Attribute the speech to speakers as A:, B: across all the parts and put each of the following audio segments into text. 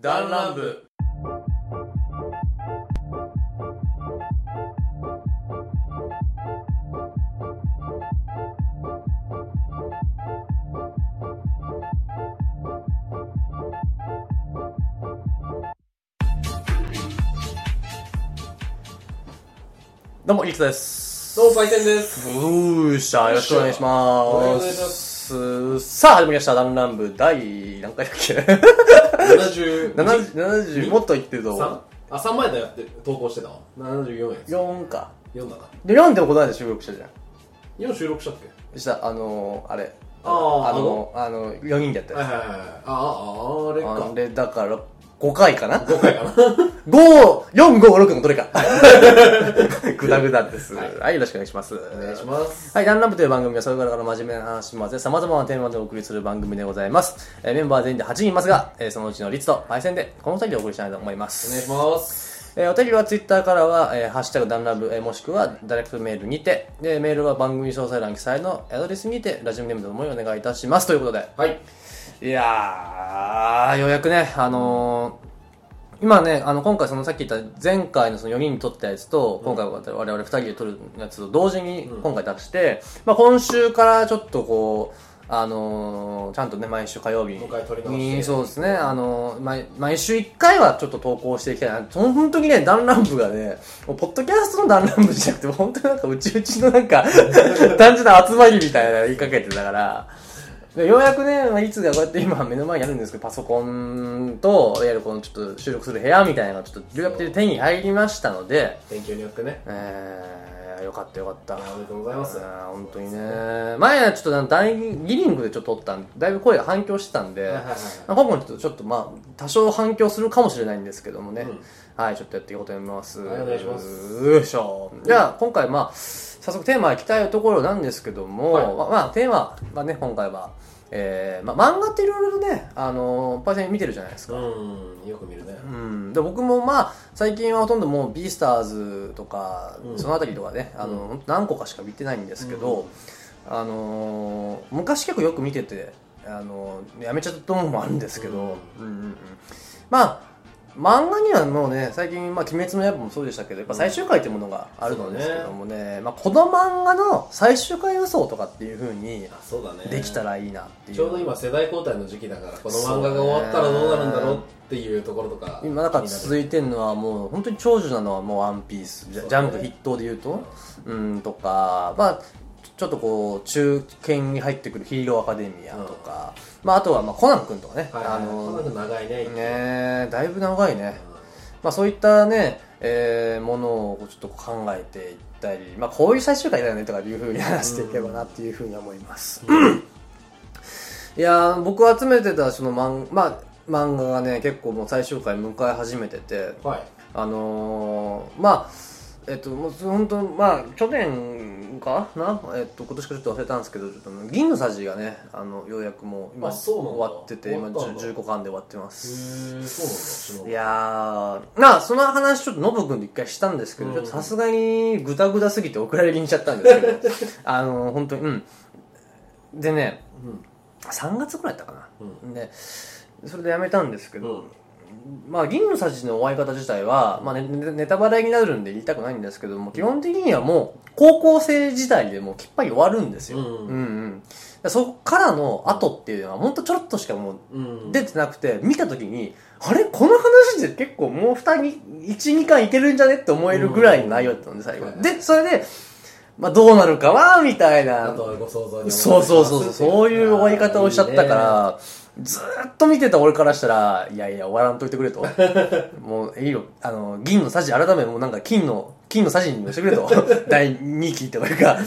A: 弾丸部どうも、いきです。
B: どうも、売店です。
A: ブーシャー、よろしくお願いします。。
B: お願いします
A: さあ、始まりました。弾丸部第、何回だっけ
B: 70
A: 70, 70もっといってる
B: 三
A: ぞ。
B: あ、3前だよって投稿してたわ。74円。
A: 4か。
B: 4だな。
A: で、4でも答えて収録したじゃん。
B: 4収録したっけ
A: した、あのー、あれ。
B: あー
A: あの、あの、4人でやった
B: はい
A: や
B: はいはいはい。ああ、あれ
A: つ。あ
B: か。
A: れ、だから、5回かな
B: 5回かな。
A: ?5、4、5、6のどれか。 ぐだぐだです。
B: はい
A: はい、よろしくお願いします。お
B: お願いします。
A: はい、ランラブという番組はそれぞれから真面目な話まで様々なテーマでお送りする番組でございます。えーメンバー全員で8人いますが、えーそのうちのリツとパイセンでこの2人でお送りしたいと思いま
B: お願い
A: す。
B: します。
A: えーお便りはツイッターからは、えーハッシュタグダンラブ、えーもしくはダイレクトメールにて、で、メールは番組詳細欄記載のアドレスにて、ラジオネームとともにお願いいたします。ということで。
B: はい。
A: いやー、ようやくね、あのー今ね、あの、今回そのさっき言った前回のその4人に撮ったやつと、今回我々2人で撮るやつと同時に今回出して、まあ今週からちょっとこう、あのーちゃんとね、毎週火曜日に
B: もう一回撮り直して
A: うんそうですね、あのー毎、毎週1回はちょっと投稿していきたいな。その本当にね、ダンランプがね、もうポッドキャストのダンランプじゃなくて、本当になんかうちうちのなん か、単純な集まりみたいなの言いかけてたから、でようやくね、まあ、いつがこうやって今目の前にあるんですけど、パソコンと、いわゆるこのちょっと収録する部屋みたいなのがちょっとようやく手に入りましたので、
B: 勉強によってね。
A: えー、よかったよかった。
B: おめでとうございます。
A: あー本当にね。前はちょっとなんかダイリリングでちょっと撮ったんで、だいぶ声が反響してたんで、
B: はいはいはい
A: まあ今後ちょっとちょっとまあ、多少反響するかもしれないんですけどもね。
B: うん
A: はい、ちょっとやっていこうと思います。
B: はいお願いします
A: よいしょ。じゃあ、今回まあ、早速テーマいきたいところなんですけども、
B: はい
A: まあまあ、テーマはね、今回は、えー、まあ、漫画っていろいろとね、あのー、パイセン見てるじゃないですか。
B: うん、よく見るね。
A: うん、で僕もまあ最近はほとんどもうビースターズとか、
B: うん
A: そのあたりとかねあの、ほんと何個かしか見てないんですけど、あのー昔結構よく見てて、あのーやめちゃったのもあるんですけど、うんうんうんまあ漫画にはもうね最近「まあ、鬼滅の刃」もそうでしたけどやっぱ最終回ってものがあるんですけどもね,、まあ、この漫画の最終回予想とかっていうふうに
B: あ、そうだね。
A: できたらいいなっていう
B: ちょうど今世代交代の時期だから、この漫画が終わったらどうなるんだろうっていうところとか。
A: 今だから続
B: い
A: いてるのはもう本当に長寿なのはもう「ワンピースジャジャンプ筆頭で言うとうんとかまあちょちょっとこう中堅に入ってくる「ヒーローアカデミア」とか、まあ、あとはまあコナン君とかね、
B: はい、
A: あ
B: あの、
A: の
B: かなり長いね。一気に
A: ねだいぶ長いね、
B: うん
A: まあ、そういったね、えーものをちょっと考えていったり、まあ、こういう最終回だよねとかいうふうに話していけばなっていうふうに思います、いやー僕集めてたその漫,、まあ、漫画がね結構もう最終回迎え始めてて
B: はい。
A: あのーまあえっと、もう本当まあ去年かな、えっと、今年かちょっと忘れたんですけどちょっと銀のさじがねあのようやくもう今
B: あそうなんだ
A: 終わってて今
B: 終わったんだ
A: 15巻で終わってま
B: へ
A: す
B: ー、そうなんだ。
A: いやー、なあ、その話ちょっとノブ君で一回したんですけど、
B: うん
A: ちょっとさすがにぐだぐだすぎて送られ気にしちゃったんですけど、あのー、本当に、うん。でね、
B: うん。
A: 3月くらいだったかな。
B: う
A: で、それでやめたんですけ
B: う
A: ど、
B: ん。
A: まあ、銀のさじの終わり方自体は、まあね、ネネタバレになるんで言いたくないんですけども、基本的にはもう、高校生時代でもうきっぱり終わるんですよ。
B: うん
A: うん、うんそこからの後っていうのは、ほんとちょろっとしかもう
B: うん、
A: 出てなくて見た時にあれこの話で結構もう12巻いけるんじゃねって思えるぐらいの内容だったので最後
B: うん
A: でそれで、まあ、どうなるかはみたい
B: あ
A: な
B: とはご想像にお任せし
A: そう
B: ます
A: そうそうそうそういう終わり方をしちゃったか
B: いいね
A: らずーっと見てた俺からしたらいやいや終わらんといてく れともういいよあの銀のさじ改めもうなんか金の金のさじにもしてくれ と第2期というか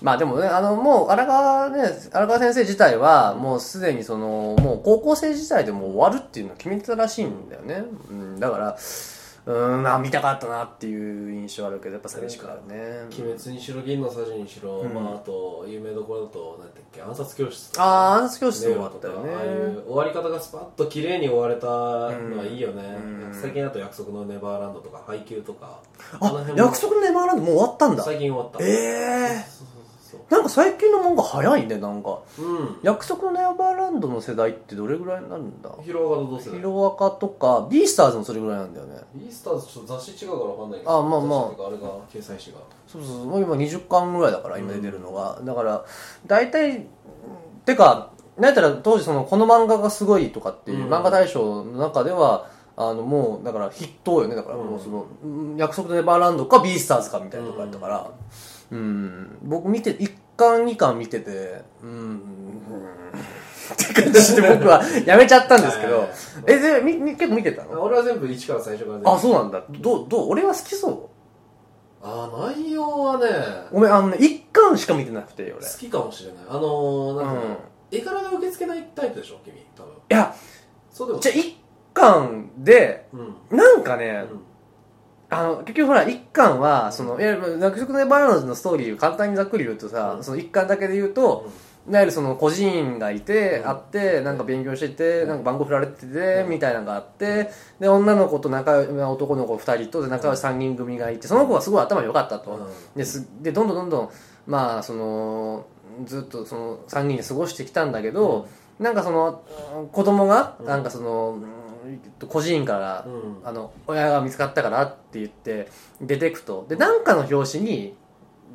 A: まあでもね、あの、もう、荒川ね、荒川先生自体は、もうすでにその、もう高校生時代でもう終わるっていうのを決めてたらしいんだよね。うん、だから、うーん、まあ見たかったなっていう印象あるけど、やっぱ寂しくなるね。
B: 鬼滅にしろ銀のさじにしろ、
A: うん
B: まあ、あと有名どころだとなんだっけ暗殺教室と
A: ああ、
B: か
A: 暗殺教室も終わったよ
B: ネオとかああい
A: ね。
B: う終わり方がスパッと綺麗に終われたのはいいよね、
A: うん
B: 最近だと約束のネバーランドとか配給とかあ
A: あ、約束のネバーランドもう終わったんだ。
B: 最近終わった
A: ええ
B: そうそうそう
A: なんか最近の漫画早いねなんか
B: うん
A: 約束のネバーランドの世代ってどれぐらいになるんだ
B: ヒロアカとどうせ
A: ヒ
B: だ
A: ロアカとかビースターズもそれぐらいなんだよね
B: イースターズちょっと雑誌違うからわかんないけど
A: あまあまあ
B: 雑誌っていうかあれが掲載誌が
A: そうそうそうもう今20巻ぐらいだから今出てるのが、だから大体てかなんやったら当時そのこの漫画がすごいとかっていう、
B: うん
A: 漫画大賞の中ではあのもうだから筆頭よねだから
B: うん
A: もうその、うん約束のネバーランドかビースターズかみたいなとこやったからうん、僕見て1巻2巻見ててうん、 うん、って感じで僕はやめちゃったんですけ
B: は
A: ど
B: い
A: えでみみ結構見てたの
B: 俺は全部一から最初から全部
A: あそうなんだどうどう俺は好きそう
B: あー内容はね
A: ごめんあのね1巻しか見てなくて俺
B: 好きかもしれないあのー、なんか、
A: うん
B: 絵柄が受け付けないタイプでしょ君多分
A: いや、
B: そうでも
A: じゃあ一巻で、
B: うん、うん
A: なんかね、あの、結局ほら、一巻は、その、いや、約束のエヴァランドのストーリーを簡単にざっくり言うとさ、
B: うん
A: その一巻だけで言うと、いわゆるその孤児院がいて、
B: うん
A: あって、なんか勉強してて、
B: うん
A: なんか番号振られてて、
B: うん
A: みたいなのがあって、で、女の子と仲良い、男の子二人と、で仲良い三人組がいて、その子はすごい頭良かったと。ですでどんどんどんどんまあそのずっとその3人で過ごしてきたんだけど、なんかそのうん子供が、
B: うん
A: なんかそのうん孤児院から、
B: うん
A: あの親が見つかったからって言って出てくとでなんかの表紙に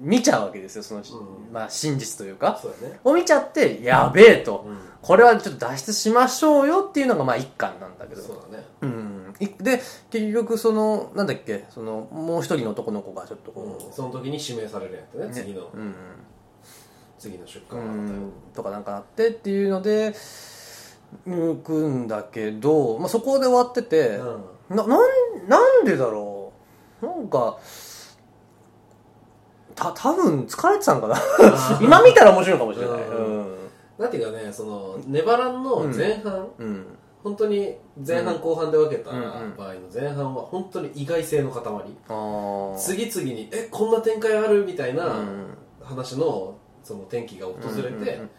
A: 見ちゃうわけですよその、
B: うん
A: まあ、真実というか
B: そうだね
A: を見ちゃってやべえと、
B: うん
A: これはちょっと脱出しましょうよっていうのがまあ一巻なんだけど
B: そうだね
A: うん、いで結局そのなんだっけそのもう一人の男の子がちょっとこう、
B: うんその時に指名されるやつね次の
A: うん、
B: 次の出
A: う
B: 荷があったよ
A: ん、とかなんかあってっていうので抜くんだけど、まあ、そこで終わってて、
B: うん
A: ななんなんでだろうなんかた多分疲れてたんかな 今見たら面白いかもしれない、う
B: うん
A: ん
B: なんていうかねそのネバランの前半、
A: うん、
B: 本当に前半後半で分けた
A: うん
B: 場合の前半は本当に意外性の塊、
A: あー
B: 次々にえこんな展開あるみたいうなん話のその転機が訪れて、
A: うんうんうん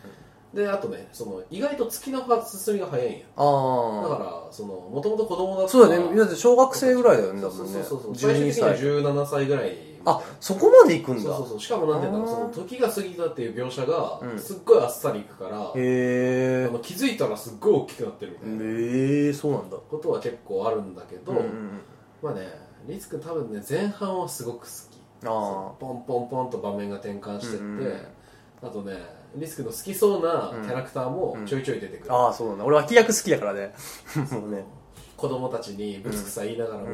B: であとねその意外と月の進みが早いんやだ
A: ああ
B: からそのもともと子供だった
A: そうだよねだって小学生ぐらいだよね多
B: そう
A: 分
B: そ
A: ね
B: うそうそう最終
A: 12
B: 的には
A: 歳
B: 17歳ぐらい
A: あそこまで行く
B: そうん
A: だ
B: そうそうしかもなんていうんだろうその時が過ぎたっていう描写が
A: うん
B: すっごいあっさりいくから、
A: へ
B: あの気づいたらすっごい大きくなってるみたいな、
A: ええそうなんだ
B: ことは結構あるんだけど、
A: うんうん
B: まあねリツくん多分ね前半はすごく好き
A: あー
B: そのポンポンポンと場面が転換してって、
A: うんうん
B: あとねリツくんの好きそうなキャラクターもちょいちょい出てくる、
A: ああそうなんだ俺脇役好きだから ねもうね
B: 子供たちにぶつくさ言いながらも、
A: うん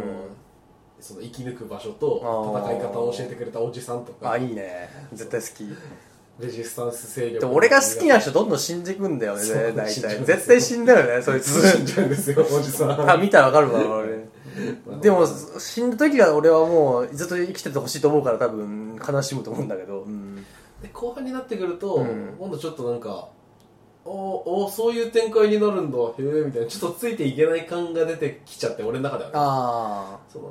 B: その生き抜く場所と
A: あー
B: 戦い方を教えてくれたおじさんと
A: あ
B: か
A: いいね絶対好き
B: レジスタンス勢力
A: でも俺が好きな人どんどん死んでいくんだよね
B: そう
A: 大
B: 死んじゃう
A: 体絶対死んだよねそい
B: 死ん
A: つ
B: じゃうんですよおじ さん
A: あ見たらわかる わ俺でも死んだ時は俺はもうずっと生きててほしいと思うから多分悲しむと思うんだけどうん
B: で後半になってくると、
A: うん
B: 今度ちょっとなんかおおそういう展開になるんだへえみたいなちょっとついていけない感が出てきちゃって俺の中ではね
A: あ
B: その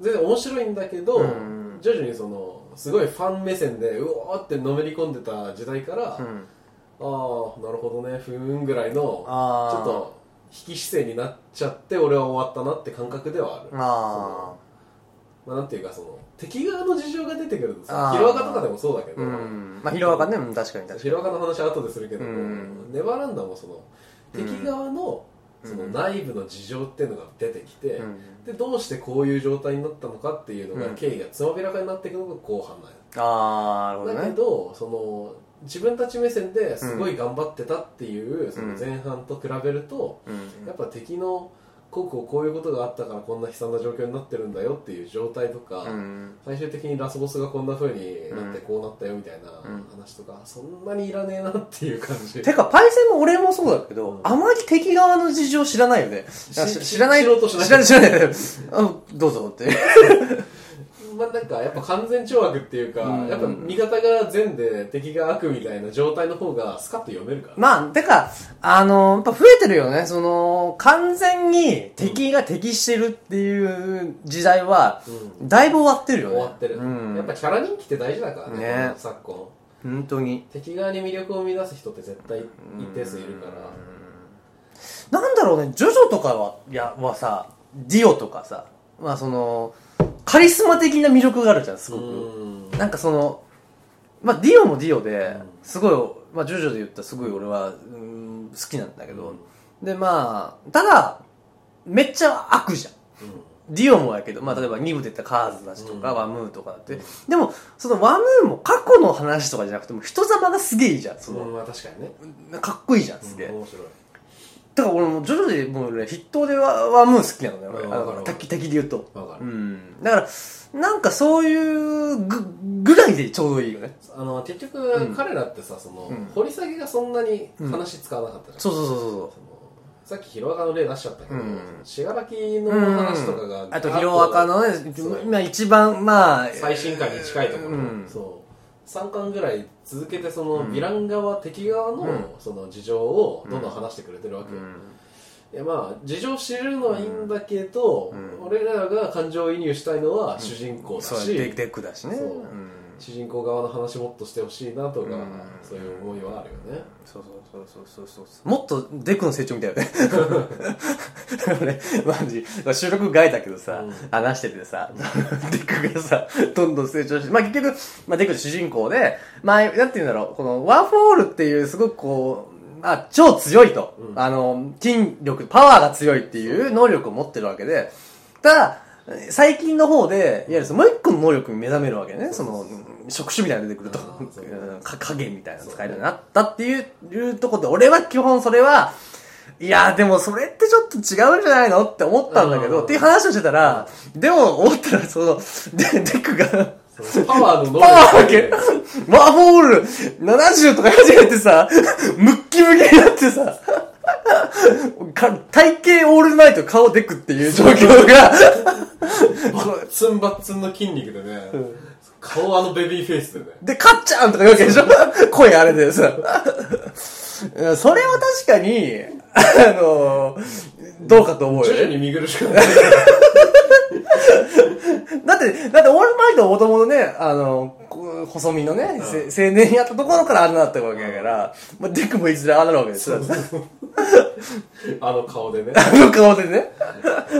B: 全然面白いんだけど、
A: うん
B: 徐々にそのすごいファン目線でうおーってのめり込んでた時代か
A: あ
B: ら、
A: う
B: あ
A: ん
B: あなるほどねふーんぐらいの
A: あ
B: ち
A: ー
B: ょっと引き姿勢になっちゃって俺は終わったなって感覚ではある
A: あ
B: まあ、なんていうかその敵側の事情が出てくると
A: あー
B: さヒロアカとかでもそうだけ
A: あう
B: ど、
A: んまあヒロアカねうん確かに確か
B: ヒロアカの話は後でするけど、
A: うん
B: ネバーランドもその
A: うん
B: 敵側のその
A: うん
B: 内部の事情っていうのが出てきて、
A: にうん
B: でどうしてこういう状態になったのかっていうのが、
A: うん
B: 経緯がつまびらかになっていくのが後半なんや
A: ああなるほど
B: だけ
A: ね
B: どその自分たち目線ですごい頑張ってたっていう、その前半と比べると、
A: うん
B: やっぱ敵のこうこうこういうことがあったからこんな悲惨な状況になってるんだよっていう状態とか、
A: うん
B: 最終的にラスボスがこんな風になって
A: うん
B: こうなったよみたいな
A: うん
B: 話とか、そんなにいらねえなっていう感じ
A: てか、パイセンも俺もそうだけど、
B: うん
A: あまり敵側の事情知らないよね。
B: し
A: 知らない。
B: 知ろうとしない
A: 知らない、知らない。 あどうぞって。
B: まあなんかやっぱ完全懲悪っていうか、
A: うん
B: やっぱ味方が善で敵が悪みたいな状態の方がスカッと読めるから、
A: まあ、てか、あの、やっぱ増えてるよね。その、完全に敵が敵してるっていう時代は、
B: うん
A: だいぶ終わってるよね。
B: 終わってる、
A: うん。
B: やっぱキャラ人気って大事だからね
A: ね
B: 昨今
A: 本当に。
B: 敵側に魅力を生み出す人って絶対一定数いるから、
A: なんだろうね、ジョジョとかは、いや、はさ、ディオとかさ、まあその、カリスマ的な魅力があるじゃん、すごく。
B: うん
A: なんかその、まあ、ディオもディオで
B: うん、
A: すごい、まあ、ジョジョで言ったらすごい俺は、うん、好きなんだけ
B: うん
A: ど、で、まあ、ただ、めっちゃ悪じゃん。ディオもやけど、まあ、例えば2部で言ったらカーズだしとか、
B: うん
A: ワムーとかだって
B: うん。
A: でも、そのワムーも過去の話とかじゃなくても、人様がすげえいいじゃん。そ
B: うん
A: の、
B: まあ確かにね
A: かっこいいじゃん、すげ
B: うん
A: え。
B: 面白い
A: だから俺もジョジョでもうね、筆頭でワワムー好きなのね、俺。
B: う
A: あ
B: ん
A: の、滝滝で言うと。
B: わか
A: う
B: る
A: ん。だから、なんかそういうぐ、ぐらいでちょうどいいよね。
B: あの結
A: うん
B: 局彼らってさその
A: うん
B: 掘り下げがそんなに話使わなかったじゃん
A: そうそうそうそうそう。
B: そのさっきヒロアカの例出しちゃったけど
A: うん
B: 信楽の話とかが
A: あと、ヒロアカのね
B: そう、
A: 今一番、まあ、
B: 最新刊に近いところ、
A: うん
B: そう3巻ぐらい続けてその
A: うん
B: ヴィラン側、敵側の,、
A: うん
B: その事情をどんどん話してくれてるわけ、
A: う
B: よ
A: ん
B: いやまあ事情知るのはいいんだけど、
A: うん
B: 俺らが感情移入したいのは主人公だ
A: そう
B: し、
A: デデックだしね。
B: そうん主人公側の話もっとしてほしいなとか、
A: うん
B: そういう思いはあるよね、
A: そうそうそうそうそうそうもっとデクの成長みたいよ ね 俺マジ収録外だけどさ、
B: うん
A: 話しててさ デクがさどんどん成長してまあ結局、まあ、デク主人公でまあなんて言うんだろうこのワーフォールっていうすごくこうまあ、超強いと、
B: うん
A: あの筋力パワーが強いっていう能力を持ってるわけでただ最近の方でいわゆるそのもう一個の能力に目覚めるわけねそのうん職種みたいなの出てくると
B: あーそう
A: うんか影みたいなの使えるようになったっていういうとこで俺は基本それはいやーでもそれってちょっと違うんじゃないのって思ったんだけ
B: う
A: ど
B: ん
A: っていう話をしてたらでも思ったらそのでデクが
B: そのパワーの能
A: パワーだ
B: 力
A: け
B: で
A: ワーホール70とか始めてさムッキムキになってさか体型オールマイト顔デクっていう状況が
B: バッツンバッツンの筋肉でね、
A: ん
B: 顔あのベビーフェイスでね
A: で、かっちゃんとか言うわけでしょ声あれでさ。うんそれは確かに、あのどうかと思う
B: 徐々
A: よね。
B: に見苦しくなって
A: だって、だってオールマイトはもともとね、あのこう細身のね、せ青年やったところからあんなだったわけだから、まあ、デクもいずれああなるわけですよ。
B: る あの顔でね
A: あの顔でね、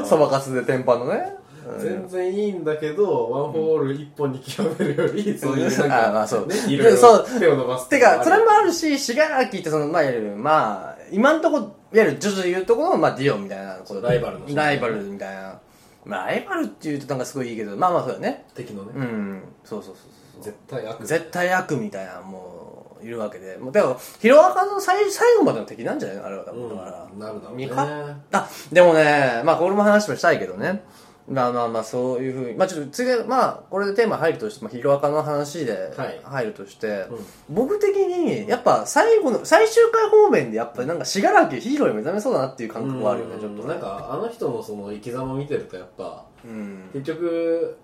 A: そばかすで天パのね。
B: 全然いいんだけど、ワンホール一本に極めるより、そういうなん
A: あまあ
B: か、
A: そう
B: ね、いろい
A: そ
B: ろ手を伸ばす
A: てか、それ
B: も
A: もあるし、シガラキってその、まあ、いわゆる、まあ、今んとこ、いわゆる、ジョジョで言うところの、まあ、ディオみたいな、こう
B: ライバルの
A: ライバルみたいな。まあ、ライバルって言うとなんかすごいいいけど、まあまあ、そうだね。
B: 敵のね、
A: うん、そうそうそうそう。
B: 絶対悪。
A: 絶対悪みたいな、もう、いるわけで。もう、だから、ヒロアカの最最後までの敵なんじゃないのあれは多分、だから。
B: うん、なるだろ
A: 味
B: うね。
A: 方あ、でもね、まあ、これも話もしたいけどね。まあまあまあ、そういうふうに。まあ、ちょっと次、まあ、これでテーマ入るとして、まあ、ヒロアカの話で
B: はい
A: 入るとして、
B: うん
A: 僕的に、やっぱ最後の、最終回方面で、やっぱりなんか、しがらきヒーローに目覚めそうだなっていう感覚はあるよね、
B: うん
A: ちょっと
B: なん
A: ね。
B: か、あの人のその生き様見てると、やっぱ、
A: うん。
B: 結局、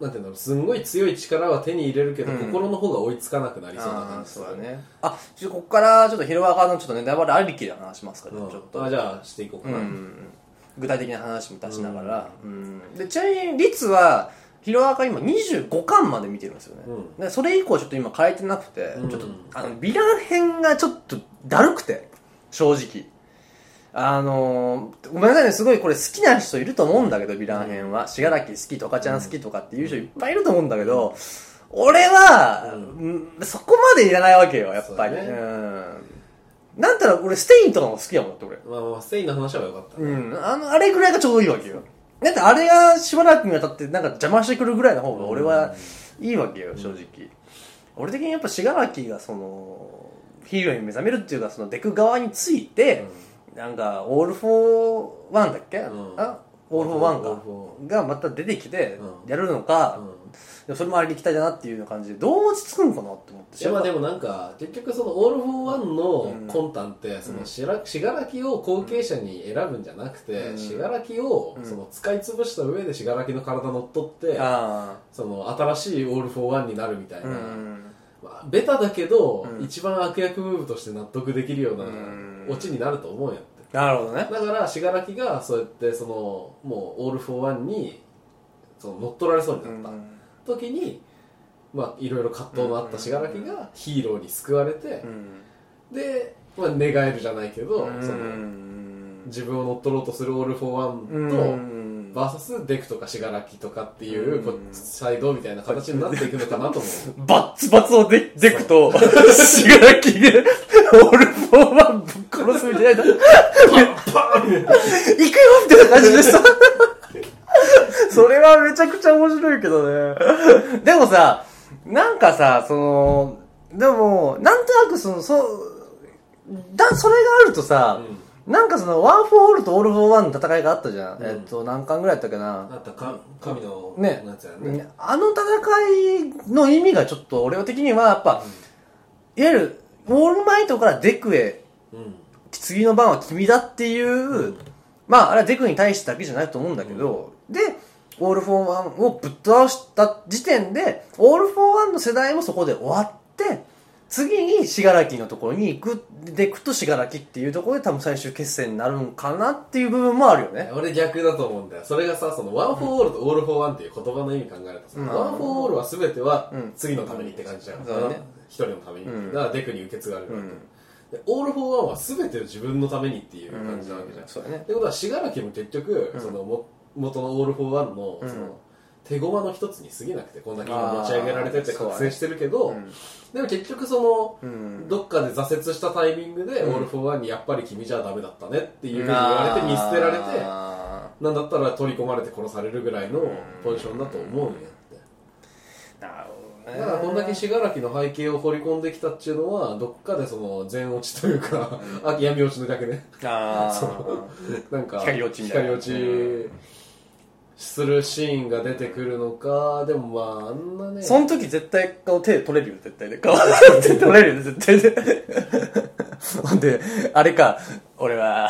B: なんていうんだろう、すんごい強い力は手に入れるけど、
A: うん
B: 心の方が追いつかなくなりそうな
A: あ
B: 感
A: あ、
B: じ
A: そうだ。ね。あ、ちょっとここから、ちょっとヒロアカのちょっとネタバレありきで話しますから、
B: うん
A: ちょっ
B: あ、
A: と。
B: じゃあ、していこう
A: う
B: かな。
A: ん。具体的な話も出しながら。うん。で、ちなみに、率は、ヒロアカ今25巻まで見てるんですよね。
B: うん
A: でそれ以降ちょっと今変えてなくて、
B: うん
A: ちょっとあのヴィラン編がちょっとだるくて正直あのーごめんなさいねすごいこれ好きな人いると思うんだけどヴィラン編は信楽好きとかちゃん好きとかっていう人いっぱいいると思うんだけど、俺は、うんそこまでいらないわけよやっぱりう,、
B: そうだね
A: んなんたら俺ステインとかも好きやもんだって俺
B: まあまあ、ステインの話はよかった。
A: うん、あの、あれぐらいがちょうどいいわけよ。だってあれがしばらくにわたってなんか邪魔してくるぐらいの方が俺はいいわけよ、正直。俺的にやっぱ信楽がその、ヒーローに目覚めるっていうか、そのデク側について、なんか、オール・フォー・ワンだっけ、
B: うん
A: あオール・フォー・ワン
B: オールフォ
A: か。がまた出てきて
B: う、ん
A: やるのか、
B: うん
A: でもそれもありきたりだなっていうような感じで、どう落ち着くんかなって思って
B: いやまあでもなんか結局そのオール・フォー・ワンの魂胆ってそのしらしがらきを後継者に選ぶんじゃなく
A: う
B: て
A: ん
B: しがらきを
A: うん
B: その使い潰した上でしがらきの体乗っ取って
A: あ
B: その新しいオール・フォー・ワンになるみたい
A: あ、
B: な、
A: うん。
B: まあ、ベタだけど
A: うん
B: 一番悪役ムーブとして納得できるようなんオチになると思うんやって
A: なるほどね。
B: だからしがらきがそうやってそのもうオール・フォー・ワンにその乗っ取られそうになった、
A: うん
B: 時に、まあ、いろいろ葛藤のあった信楽がヒーローに救われて
A: う、ん
B: で、まあ、寝返るじゃないけど、
A: うん
B: その自分を乗っ取ろうとするオール・フォー・ワンと、
A: うん
B: VS デクとか信楽とかっていう、
A: うん
B: こうサイドみたいな形になっていくのか なと思う。
A: バッツバツをで、でくと、死柄木で、オルフォーマンぶっ殺すみたいな。行
B: パーン
A: くよみたいな感じでさ。それはめちゃくちゃ面白いけどね。でもさ、なんかさ、その、でも、なんとなくその、そう、だ、それがあるとさ、なんかその、ワン・フォー・オールとオール・フォー・ワンの戦いがあったじゃん。
B: うん
A: えっと、何巻ぐらいだったっけな。
B: あったか、神の、
A: ね
B: なんつうのね。
A: あの戦いの意味がちょっと俺的にはやっぱ、いわゆるオールマイトからデクへ
B: うん。
A: 次の番は君だっていう、
B: うん
A: まああれはデクに対してだけじゃないと思うんだけど、でオール・フォー・ワンをぶっ倒した時点でオール・フォー・ワンの世代もそこで終わって次に信楽のところに行くデクと信楽っていうところで多分最終決戦になるんかなっていう部分もあるよね
B: 俺逆だと思うんだよ。それがさ、その、ワン・フォー・オールとオール・フォー・ワンっていう言葉の意味考えると
A: う
B: さ、
A: ん
B: ワン・フォー・オールは全ては
A: うん
B: 次のためにって感じじゃん。
A: そうだね
B: 一人のために。
A: うん
B: だからデクに受け継がれるわけ、
A: うん
B: でオール・フォー・ワンは全て自分のためにっていう感じなわけじゃん。
A: そうだね
B: ってことは信楽も結局、
A: うん
B: そのも元のオール・フォー・ワンの,、
A: うん
B: その手駒の一つに過ぎなくてこんだけ今持ち上げられてて
A: あーそうだね
B: 覚醒してるけど、でも結局そ
A: うんう
B: の、
A: ん
B: どっかで挫折したタイミングで、
A: うん
B: オール・フォー・ワンにやっぱり君じゃダメだったねっていうふうに言われて見捨てられて
A: あ
B: なんだったら取り込まれて殺されるぐらいのポジションだと思うんやって
A: ーなるほどね
B: だからこんだけ信楽の背景を掘り込んできたっていうのはどっかでその全落ちというかあ闇落ちの逆ね
A: あー
B: なんか
A: 光り落ちみたい
B: 光
A: な
B: り落ちするシーンが出てくるのかでもまああんなね
A: その時絶対顔手取れるよ絶対で顔手取れるよね絶対でほんであれか俺は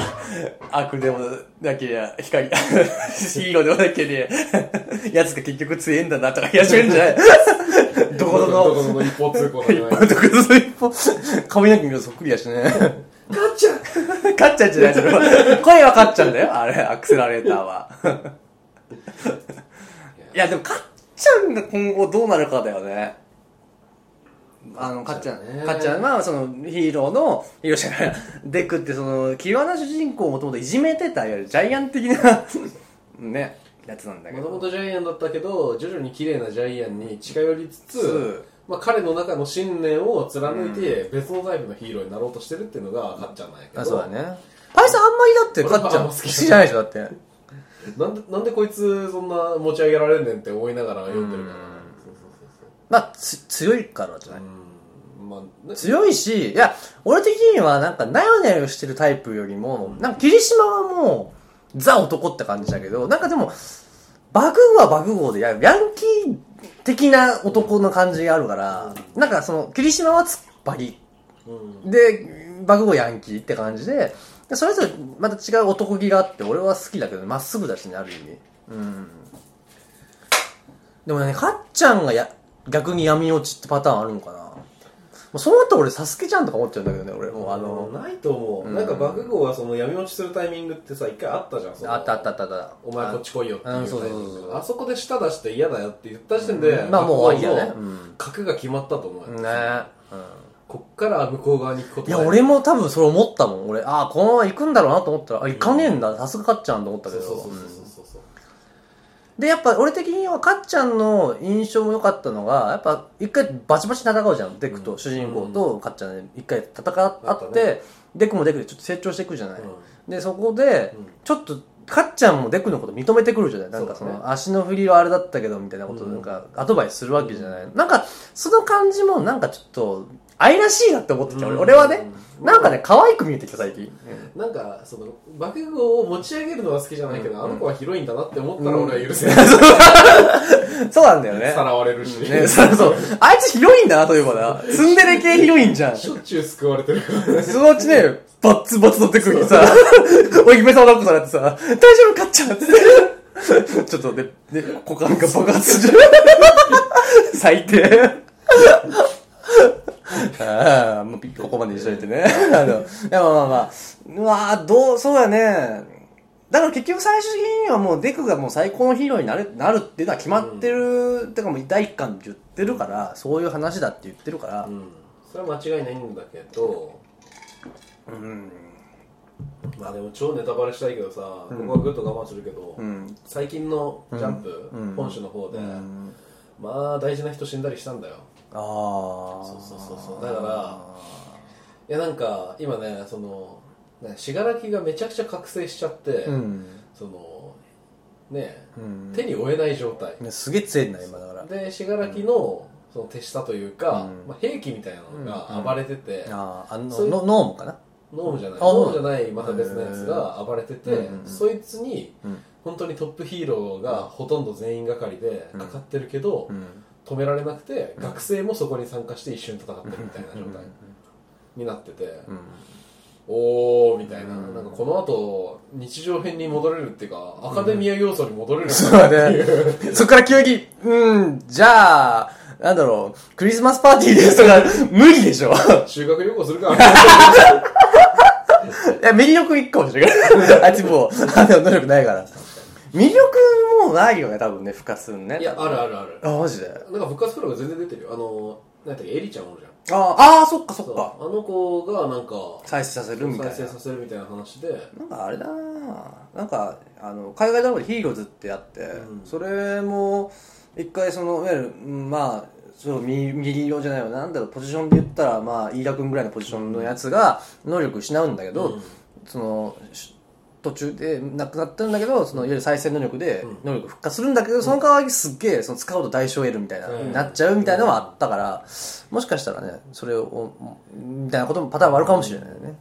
A: 悪でもなけりゃ 光ヒーローでもなけりゃやつが結局強えんだなとか言い始めるんじゃ ないどこど
B: どこ
A: こ
B: どこの一方通行
A: 一
B: の
A: 歩どこどこ一歩髪の毛見るとそっくりやしね
B: ガッチャ
A: かっちゃんじゃないそれは声はかっちゃんだよあれアクセラレーターはいやでもかっちゃんが今後どうなるかだよねあのかっちゃん
B: かっちゃんね
A: かっちゃんはそのヒーローのヒーローじゃないデクってそのキワな主人公をもともといじめてたいわゆるジャイアン的 なねやつなんだけ
B: もとも
A: ど
B: とジャイアンだったけど徐々に綺麗なジャイアンに近寄りつつ
A: つ
B: まあ、彼の中の信念を貫いて別のタイプのヒーローになろうとしてるっていうのがかっちゃんなんやけど
A: あそうだねパイさんあんまりだって
B: 俺は
A: かっちゃん
B: あん
A: 好
B: ま好
A: き
B: き
A: じ
B: じ
A: ゃな
B: ゃない
A: でしょだって
B: なんでなんでこいつそんな持ち上げられんねんって思いながら読んでるから
A: うん
B: そうそうそうそ
A: まあつ強いからじゃないう
B: うんまあね
A: 強いし、いや、俺的にはなんかなよなよしてるタイプよりも、なんか霧島はもう、ザ男って感じだけど、なんかでも、バグはバグ号でやる、ヤンキー的な男の感じがあるから、なんかその、霧島は突っ張り、
B: うん
A: で、バグ号ヤンキーって感じで、でそれぞれまた違う男気があって、俺は好きだけど、まっすぐだしね、ある意味。うん。でもね、かっちゃんがや逆に闇落ちってパターンあるのかなもうそうなったら俺、サスケちゃんとか思っちゃうんだけどね、俺。もうあの、
B: ないと思う、
A: うん
B: なんか爆豪はその闇落ちするタイミングってさ一回あったじゃんその
A: あったあったあったあった。
B: お前こっち来いよっていう
A: う
B: タイ
A: ん
B: ミン
A: そう
B: グ
A: そうそうそう
B: あそこで舌出して嫌だよって言った時点で、
A: うんまあもう終わりだね
B: 爆豪
A: う
B: の
A: ん
B: 角が決まったと思うよ、
A: ねうん。
B: こっから向こう側に行くこと
A: い
B: に
A: や、
B: なる
A: 俺も多分それ思ったもん。俺、ああ、このまま行くんだろうなと思ったら、あ、行かねえんだ。さすがかっちゃんと思ったけ
B: そう
A: ど。
B: そうそう
A: うん
B: そうそう、
A: で、やっぱ俺的には、かっちゃんの印象も良かったのが、やっぱ一回バチバチ戦うじゃん。デクと、
B: うん
A: 主人公とかっちゃんで一回戦あ
B: あ
A: っ、
B: ってた
A: デクもデクでちょっと成長していくじゃない。
B: うん
A: で、そこで
B: うん、
A: ちょっと、かっちゃんもデクのこと認めてくるじゃないなんかそ
B: そうだ
A: の、足の振りはあれだったけど、みたいなこと
B: うん
A: なんか、アドバイスするわけじゃない。なんか、その感じもなんかちょっと、愛らしいなって思ってきた。俺
B: うん
A: 俺はね、なんかね、可愛く見えてきた、最近。
B: なんかその爆豪を持ち上げるのは好きじゃないけど、あの子は広いんだなって思ったら俺は 許せない、
A: そうなんだよね。
B: さらわれるし、
A: ね、そうそう。あいつ広いんだな、といえばな。ツンデレ系広いんじゃん。
B: しょっちゅう救われてるからね
A: そのうちね、バッツバツ乗ってくるにさ、 おい、姫様抱っこされてさ、大丈夫かっちゃんって。 ちょっとね、ね、股間が爆発する。 最低。ああ、もうピここまでにしといてね。 あの、いやまあまあまあ、うわあ、どう、そうだね。だから結局最終的にはもうデクがもう最高のヒーローになるなるっていうのは決まってる、てかもう第一巻って言ってるから、そういう話だって言ってるから、
B: うんそれは間違いないんだけど
A: うん
B: まあでも超ネタバレしたいけどさ、
A: うん
B: ここはぐっと我慢するけど、
A: うん
B: 最近のジャンプ、
A: うん
B: 本州の方で、
A: うん
B: まあ大事な人死んだりしたんだよ
A: ああ
B: そうそうそうそうだからいやなんか今ねそのね信楽がめちゃくちゃ覚醒しちゃって、
A: うん、
B: そのね
A: うん、
B: 手に負えない状態、
A: ねすげえ強いんだ今だから
B: で信楽のその手下というか、
A: うん
B: まあ、兵器みたいなのが暴れてて、
A: あああの
B: そういう
A: のノームかな
B: ノームじゃない
A: あ
B: ノームじゃないまた別のやつが暴れてて、
A: うんうん
B: そいつに
A: うん
B: 本当にトップヒーローがほとんど全員がかりで
A: うん
B: かかってるけど、
A: うん
B: 止められなくて学生もそこに参加して一緒に戦ってるみたいな状態になってて、
A: うん
B: おーみたいな,、
A: うん
B: なんかこの後日常編に戻れるっていうかアカデミア要素に戻れる
A: そうだね。そっから急に、うん、じゃあ、なんだろう、クリスマスパーティーですとか、無理でしょ。
B: 修学旅行す るか
A: いや、魅力一個もしれない。あいつもう、あの、能力ないから。魅力もないよね、多分ね、深すんね。
B: いやあるあるある
A: あ、マジで。
B: なんか復活プロが全然出てるよあのなんだっけエリちゃんおるじゃん
A: ああー、そっかそっか。
B: そうあの子がなんか
A: 再生させるみたい
B: 再
A: な。
B: 生させるみたいな話で
A: なんかあれだななんかあの海外ドラマで「ヒーローズ」ってあって、
B: うん
A: それも一回そのいわゆるうんまあそう右右色じゃないよなんだろうポジションで言ったらまあ飯田君ぐらいのポジションのやつが能力失うんだけど、
B: うん
A: そのし途中でなくなってるんだけどそのいわゆる再生能力で
B: うん
A: 能力復活するんだけど、その代わりすっげえその使うと代償を得るみたいな、
B: うん
A: なっちゃうみたいなのはあったからもしかしたらねそれをみたいなこともパターンはあるかもしれないよね、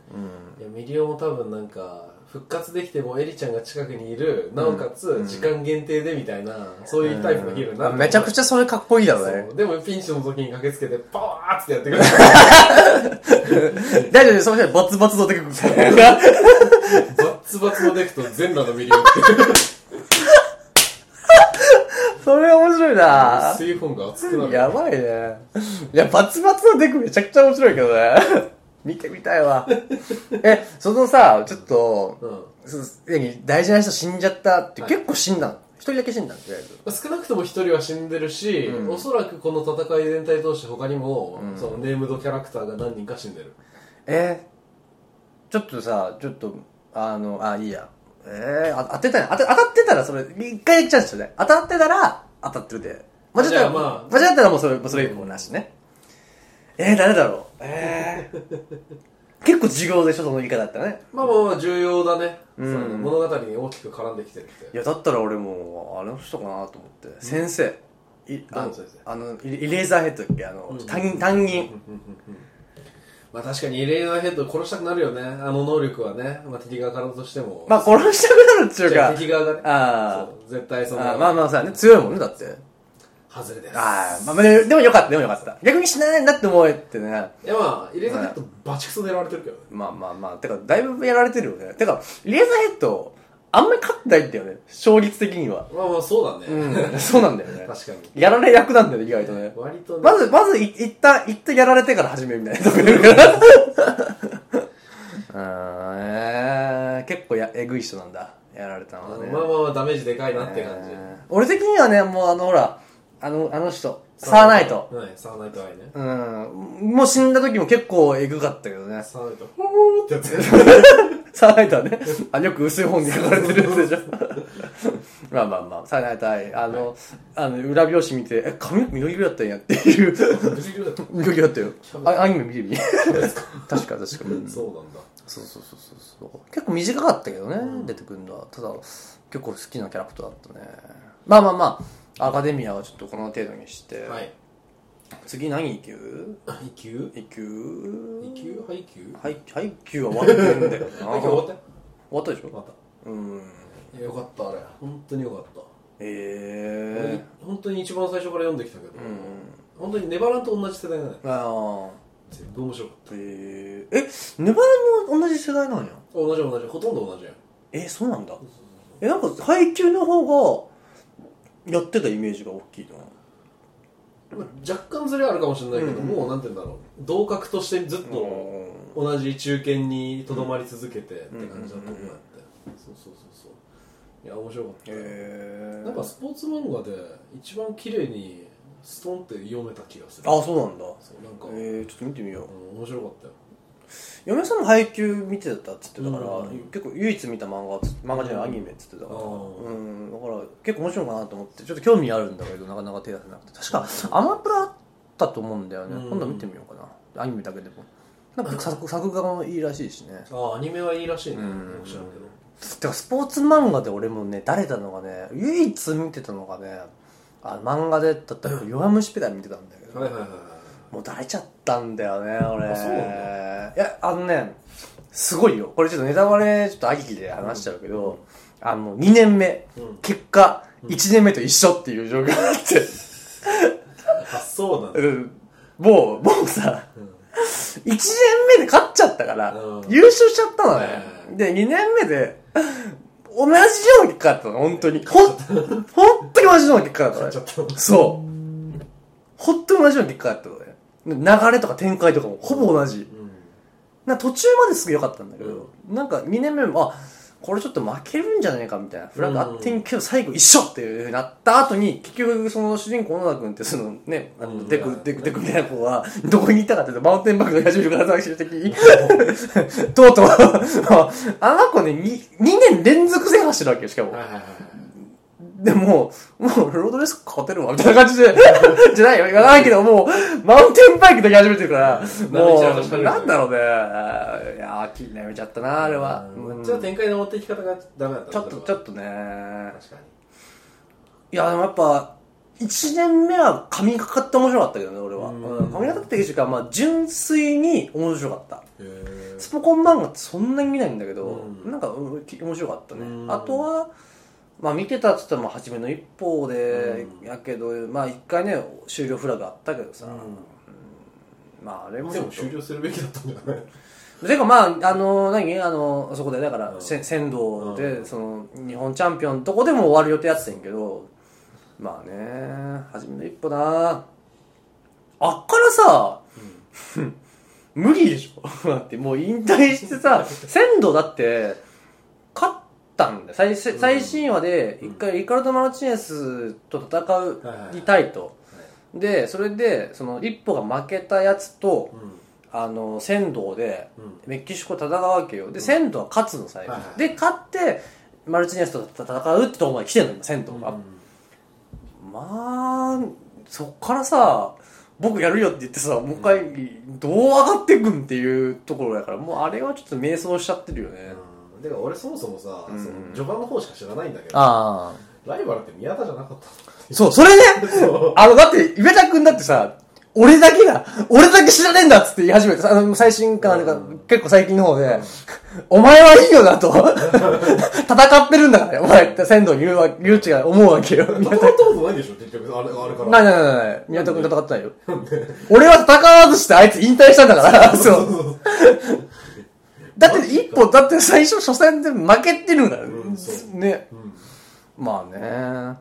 A: うん
B: いやミリオも多分なんか復活できてもエリちゃんが近くにいるなおかつ時間限定でみたいな、そういうタイプのヒーローにな
A: めちゃく
B: ゃ
A: ちゃそれかっこいいだろうね
B: でもピンチの時に駆けつけてパワーってやって くる
A: 大丈夫その人はバツバツのテクニ ック
B: バッツバツのデクと全裸のミリオっていう
A: それ面白いな
B: 水本が熱くなる
A: やばいねいやバツバツのテクめちゃくちゃ面白いけどね見てみたいわえそのさちょっと
B: うん
A: そ何大事な人死んじゃったって
B: はい
A: 結構死んだの一人だけ死んだのとりあえず
B: 少なくとも一人は死んでるし、
A: うん
B: おそらくこの戦い全体通して他にも、そのネームドキャラクターが何人か死んでる
A: えーちょっとさちょっとあのあいいやえー、あ当てたい当て当たってたらそれ一回言っちゃうんですよね当たってたら当たってるで間違った
B: じゃ
A: ら、
B: あまあ
A: 間違ったらもうそれもうそれ以降なしねえー、誰だろうえー、結構重要でしょその言い方だったらね
B: まあまあまあ重要だね、
A: うん
B: その物語に大きく絡んできてるって
A: いやだったら俺もうあれの人かなと思って、先生いあ
B: 誰
A: の
B: の先生
A: あのイレイレーザーヘッドだっけあの、
B: うん
A: 担任担任、
B: まあ確かにイレイナーヘッド殺したくなるよね。あの能力はね。まあ敵側からだとしても。
A: まあ殺したくなるっていう
B: じゃあ
A: か
B: 敵側がね。
A: あ
B: そう絶対そ
A: ー
B: の、
A: あーまあまあさね強いもんねだって
B: 外れです。
A: ああ、まあ、ででもよかった、でもよかった。逆に死なないんだって思えってね。
B: いやまあ、イレイナーヘッドバチクソ狙われてるけどね。
A: まあまあまあ、てか、だいぶやられてるよね。てか、レーザーヘッド、あんまり勝ってないんだよね。勝率的には。
B: まあまあそうだね。
A: うん、 そうなんだよね。
B: 確かに。
A: やられ役なんだよね、意外とね。
B: 割とね。
A: まず、まずい、一旦、一旦やられてから始めるみたいなところ から。うーん、えー、結構や、えぐい人なんだ。やられたのはね。
B: まあまあまあダメージでかいなって感じ。
A: えー俺的にはね、もうあの、ほら、あの、あの人、サーナイト。。
B: はい、サーナイトア イね。
A: うん。もう死んだ時も結構えぐかったけどね。
B: サーナイト、ほーってや つね。
A: サーナイトは ね、あよく薄い本に書かれてるやつでしょ。 まあまあまあ、サーナイトは、あの、あの、裏表紙見て、え、髪緑色だったんやっていう。
B: 別に色だった
A: 緑色だったよ。あアニメ見てみ確か確か。うん
B: そうなんだ。
A: そうそうそうそうそう結構短かったけどね、出てくるのはただ結構好きなキャラクターだったねまあまあまあアカデミアはちょっとこの程度にして、
B: はい。
A: 次何級
B: 配給
A: 一級
B: 配給配給
A: ハイハイキューは終わってんだよな
B: 配給終わったよ
A: 終わったでし
B: 終
A: ょ
B: わった
A: うん
B: いやよかった、あれ。本当によかった。
A: え
B: 本当に一番最初から読んできたけど、本当にネバランと同じ世代なのよ
A: えー、ああ
B: 全部面白かっ
A: えー、えネバラも同じ世代なんや
B: た同じ同じほとんど同じやん
A: えー、そうなんだえなんかハイキューの方がやってたイメージが大きいな
B: まあ若干ずれあるかもしれないけど、
A: うん
B: もうなんて言うんだろう同格としてずっと
A: うん
B: 同じ中堅にとどまり続けてって感じだったもん
A: うん
B: なって、そうそうそうそういや面白かった、
A: へ
B: なんかスポーツ漫画で一番綺麗にストンって読めた気がする
A: あそうなんだ
B: そうなんか、
A: えー、ちょっと見てみよ
B: うん面白かったよ
A: 嫁さんも配給見てたっつってたから、
B: うん
A: 結構唯一見た漫画っつ漫画じゃない、
B: うん
A: アニメっつってたから、
B: あー
A: うん、だから結構面白いかなと思ってちょっと興味あるんだけどなかなか手出せなくて確かアマプラあったと思うんだよね、
B: うん
A: 今度見てみようかなアニメだけでもなんか作作画もいいらしいしね
B: ああアニメはいいらしいね
A: うん
B: 知らんけど
A: てかスポーツ漫画で俺もね誰だのがね唯一見てたのがねあ漫画でだったら「弱虫ペダル」見てたんだけど、
B: はいはいはい
A: もうだれちゃったんだよね俺
B: あそうなん
A: いやあのねすごいよこれちょっとネタバレちょっとありきで話しちゃうけど、あの2年目
B: うん
A: 結果1年目と一緒っていう状況があって、
B: あそうなんだ
A: うんもうもうさ
B: うん
A: 1年目で勝っちゃったから、
B: うん
A: 優勝しちゃったのね
B: う。ん
A: で、2年目で、同じように勝ったの、本当に。ほん、本当に同じような結果だったの
B: 買っ
A: ね
B: ちゃ。った
A: そう。本当に同じような結果だったのね。流れとか展開とかもほぼ同じ。
B: う
A: なんか途中まですげえ良かったんだけど、なんか2年目も、あ、これちょっと負けるんじゃねえかみたいなフラグあってんけど、最後一緒っていう風になった後に、結局その主人公小野田君ってそのね、あ
B: う
A: の
B: ん
A: デク、デク、デクみたいな子は、どこにいたかっていうと、マウンテンバックが始めるから最終的に、 とうとう、あの子ね、2, 年連続制覇してるわけよ、しかも。
B: んはいはいはい
A: でも、もうロードレース勝てるわ、みたいな感じで、 じゃないよ、言わないけど、もう、マウンテンバイクだけ始めてるから、も
B: 舐めちゃうと
A: う、なんだろうね。いやー、気になめちゃったな、あれは。
B: うん
A: うん
B: じ
A: ちょ
B: ゃあ
A: っと、
B: 展開の持っていき方がダメだった
A: ちょっとちょ
B: と
A: っとね。
B: 確かに
A: いや、でもやっぱ、1年目は神がかって面白かったけどね、俺は。
B: うん
A: うん神がかっていうか、まあ、純粋に面白かった。
B: へ
A: スポコン漫画ってそんなに見ないんだけど、
B: うん
A: なんかうんき面白かったね、
B: うん
A: あとはまあ見てたっつっても初めの一方で、
B: うん
A: やけどまあ一回ね終了フラグあったけどさ、
B: え
A: まああれも
B: でも
A: ちょっ
B: 終了するべきだったんじゃない
A: とてかまああの何あのそこでだから、
B: うん
A: せ仙道で、
B: うん
A: その日本チャンピオンのとこでも終わる予定やってたんやけどまあね初めの一歩なあっからさ無理でしょ だってもう引退してさ仙道だって勝ったんだよ最
B: うん
A: 最新話で
B: うん
A: 一回リカルド・マルチネスと戦う
B: はいはいはい
A: いたいとでそれでその一歩が負けたやつと
B: うん
A: あの仙道で
B: うん
A: メキシコ戦うわけよで
B: ん
A: 仙道は勝つの最後
B: はいはい
A: で勝ってマルチネスと戦うってとこまで来てんの今仙道がまあそっからさ僕やるよって言ってさもう一回どう上がってくんっていうところやからもうあれはちょっと迷走しちゃってるよね、
B: うんてか俺そもそもさ、
A: うん
B: その序盤の方しか知らないんだけど
A: ああ
B: ライバルって宮田じゃなかった
A: そうそれ ね
B: そう
A: あのだって岩田君だってさ俺だけが、俺だけ知らねえんだっつって言い始めて、あの、最新刊なんか、
B: うん
A: 結構最近の方で、お前はいいよなと、戦ってるんだから、お前って仙道に言うわ、ゆうちが思うわけよ。
B: 戦ったことないでしょ結局あれあれから
A: ないないないない。宮田君戦ってないよ。俺は戦わずしてあいつ引退したんだから。そう。だって一歩、だって最初初戦で負けてるんだよ
B: うんそ。う
A: ね。
B: うん
A: まあね。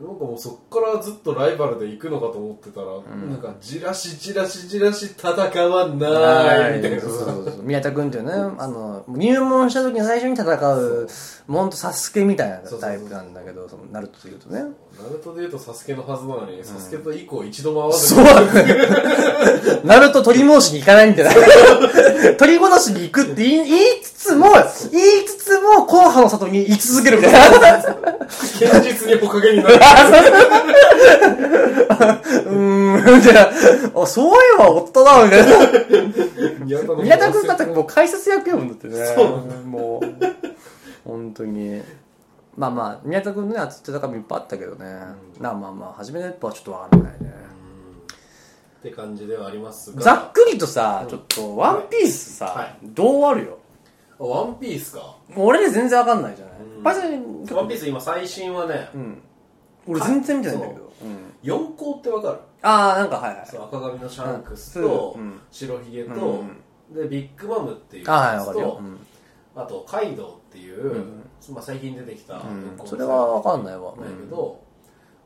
B: なんかもうそっからずっとライバルで行くのかと思ってたら、なんかじらしじらしじらし戦わないみたいな
A: そ
B: さ
A: うそうそうそう宮田君っていうね、あの、入門した時に最初に戦う、もうほんとサスケみたいなタイプなんだけど、その、ナルトというとね。
B: ナルトで言うとサスケのはずなのに、サスケと以降一度も合わず
A: そうだね。ナルト取り戻しに行かないんだよ。 取り戻しに行くって言い言いつつも、言いつつも、後半の里に居続けるみたいな。
B: 現実におかげになる
A: うーん、じゃあ、あそういえば夫だ、みたいな。
B: 宮田の
A: 宮田君だったらもう解説役読むんだってね。
B: そう
A: もう、本当に。まあまあ、宮田君ね、熱ってたかもいっぱいあったけどね。まあまあまあ、初めの一歩はちょっとわからないね。
B: って感じではありますが
A: ざっくりとさ、ちょっと、ワンピースさ、
B: はい
A: どう終わるよ。
B: あワンピースか
A: 俺で全然わかんないじゃない。
B: うん
A: パイセン
B: ワンピース今最新はね、
A: うん。俺全然見てないんだけど。うん
B: 四校ってわかる
A: ああ、なんかはいはい。
B: そう赤髪のシャンクス
A: そ
B: と、
A: ううん
B: 白ひげと、
A: うん
B: でビッグマムっていう
A: ああ、はい、
B: や
A: わ
B: つ
A: かるよ。
B: と
A: う、ん
B: あとカイドウっていう、
A: ん
B: まあ、最近出てきた、
A: うんそれはわかんないわ。
B: だけど、